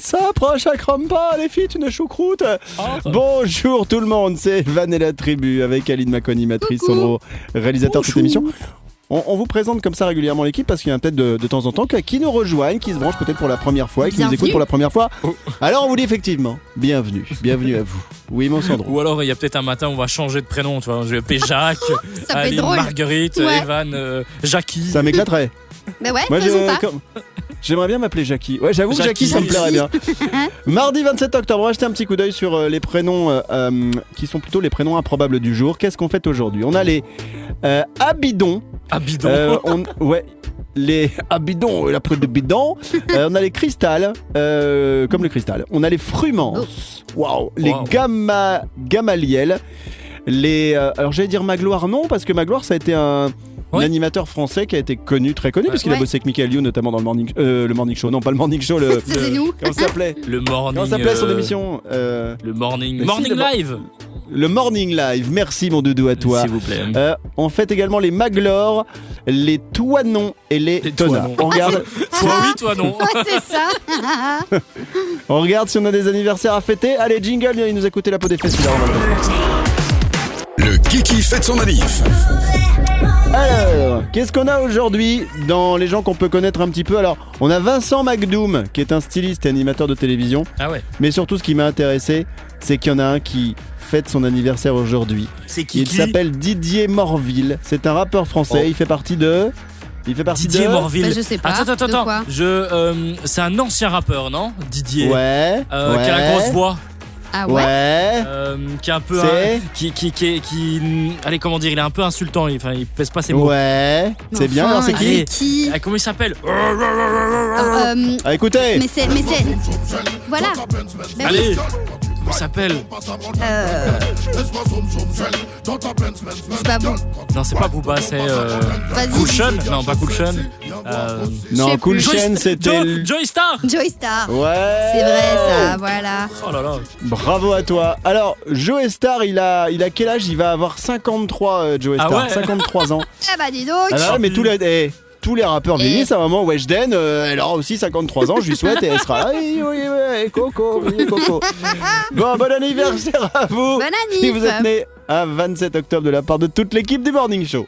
Speaker 2: ça approche à crampes pas, les filles, une choucroute.
Speaker 5: Oh.
Speaker 2: Bonjour tout le monde, c'est Van et la tribu avec Aline Maconi, matrice,
Speaker 4: Coucou.
Speaker 2: Sandro, réalisateur de cette
Speaker 5: Bonjour.
Speaker 2: émission. On, on vous présente comme ça régulièrement l'équipe parce qu'il y en a peut-être de, de temps en temps qui- qui nous rejoignent, qui se branchent peut-être pour la première fois et qui nous
Speaker 4: Bienvenue.
Speaker 2: écoutent pour la première fois. Alors on vous dit effectivement, bienvenue, bienvenue à vous. Oui, mon Sandro.
Speaker 5: Ou alors il y a peut-être un matin on va changer de prénom, tu vois, je vais appeler Jacques,
Speaker 4: [laughs] Ça peut être
Speaker 5: Aline,
Speaker 4: drôle.
Speaker 5: Marguerite,
Speaker 4: Ouais.
Speaker 5: Evan, euh, Jackie.
Speaker 2: Ça m'éclaterait.
Speaker 4: Mais ouais,
Speaker 2: Moi,
Speaker 4: faisons
Speaker 2: je-
Speaker 4: ça.
Speaker 2: comme- [laughs] J'aimerais bien m'appeler Jackie. Ouais, j'avoue que Jackie,
Speaker 5: Jackie.
Speaker 2: ça me plairait
Speaker 4: [laughs]
Speaker 2: bien.
Speaker 4: Hein
Speaker 2: Mardi 27 octobre, on va jeter un petit coup d'œil sur euh, les prénoms euh, euh, qui sont plutôt les prénoms improbables du jour. Qu'est-ce qu'on fait aujourd'hui On a les euh, abidons.
Speaker 5: Ah bidon.
Speaker 2: Euh, on, ouais. Les abidons, la preuve de
Speaker 5: [laughs]
Speaker 2: bidon. Euh, on a les cristals, euh, comme le cristal. On a les fruments.
Speaker 5: Oh.
Speaker 2: Waouh. Les
Speaker 5: Wow.
Speaker 2: gamma, gamaliels. Les, euh, alors j'allais dire Magloire, non, parce que Magloire, ça a été un, un
Speaker 5: Ouais.
Speaker 2: animateur français qui a été connu, très connu, parce qu'il a
Speaker 4: Ouais.
Speaker 2: bossé avec Michael You, notamment dans le morning, euh, le morning show. Non, pas le morning show,
Speaker 5: [laughs]
Speaker 2: le.
Speaker 4: C'est nous.
Speaker 2: Comment ça s'appelait
Speaker 5: Le morning.
Speaker 2: Comment ça s'appelait son
Speaker 5: euh,
Speaker 2: émission Euh,
Speaker 5: Le
Speaker 2: Mais
Speaker 5: morning.
Speaker 2: si,
Speaker 5: morning
Speaker 2: le mor-
Speaker 5: live.
Speaker 2: Le morning live. Merci, mon doudou, à toi.
Speaker 5: S'il vous plaît.
Speaker 2: Euh, on fête également les Maglores, les Toanons et les
Speaker 5: Les
Speaker 2: Tonards.
Speaker 5: Toanons.
Speaker 2: On regarde,
Speaker 5: Toi oui, toi non.
Speaker 4: [laughs] [laughs] Ouais, c'est ça.
Speaker 2: on regarde si on a des anniversaires à fêter. Allez, jingle, viens nous écouter la peau des fesses. celui-là, on va le faire.
Speaker 6: Le Kiki fête son manif.
Speaker 2: Alors, qu'est-ce qu'on a aujourd'hui dans les gens qu'on peut connaître un petit peu Alors, on a Vincent McDoom, qui est un styliste et animateur de télévision.
Speaker 5: Ah ouais.
Speaker 2: Mais surtout, ce qui m'a intéressé, c'est qu'il y en a un qui fête son anniversaire aujourd'hui.
Speaker 5: C'est
Speaker 2: Il s'appelle Didier Morville. C'est un rappeur français.
Speaker 5: Oh.
Speaker 2: Il fait partie de. Il fait partie
Speaker 5: Didier
Speaker 2: de.
Speaker 5: Morville.
Speaker 4: Bah, je sais pas.
Speaker 5: Attends, attends,
Speaker 4: De
Speaker 5: attends.
Speaker 4: quoi
Speaker 5: Je, euh, c'est un ancien rappeur, non Didier.
Speaker 2: Ouais.
Speaker 5: Euh,
Speaker 2: ouais,
Speaker 5: Qui a la grosse voix.
Speaker 4: Ah
Speaker 2: Ouais.
Speaker 4: ouais.
Speaker 5: euh, qui est un peu.
Speaker 2: C'est-
Speaker 5: un- qui, qui, qui, qui- Allez, comment dire Il est un peu insultant. Il, enfin, il pèse pas ses mots.
Speaker 2: Ouais. C'est bien. alors, c'est
Speaker 5: il
Speaker 2: qui
Speaker 5: est-
Speaker 4: C'est qui
Speaker 5: Ah, comment il s'appelle
Speaker 4: Ah, euh,
Speaker 2: Ah, écoutez.
Speaker 4: Mais c'est. Mais c'est. Voilà. Bah oui.
Speaker 5: Allez Comment il s'appelle
Speaker 4: Euh, c'est pas bon.
Speaker 5: Non, c'est pas Booba, c'est. Euh...
Speaker 4: Vas-y.
Speaker 5: Coulchon Non, pas Coulchon. Euh...
Speaker 2: Non,
Speaker 4: sais
Speaker 2: Cool
Speaker 4: plus.
Speaker 2: Chain, c'était.
Speaker 5: Joy,
Speaker 2: l-
Speaker 5: Joy Star
Speaker 4: Joey Star.
Speaker 2: Oh. Ouais.
Speaker 4: C'est vrai ça, voilà.
Speaker 5: Oh là là.
Speaker 2: Bravo à toi. Alors, Joe Star, il a, il a quel âge Il va avoir 53, euh, Joe
Speaker 5: Ah
Speaker 2: Star.
Speaker 5: ouais Ah
Speaker 2: 53 ans.
Speaker 4: Eh bah dis donc.
Speaker 2: Alors, mais tous les, eh, tous les rappeurs
Speaker 4: Eh.
Speaker 2: vieillissent à un moment. Weshden, euh, elle aura aussi 53 ans, je lui souhaite, et elle sera là. Oui, oui, oui, coco, oui, coco. Bon, bon anniversaire à vous.
Speaker 4: Bonne
Speaker 2: Si
Speaker 4: année.
Speaker 2: vous êtes né un 27 octobre de la part de toute l'équipe du Morning Show.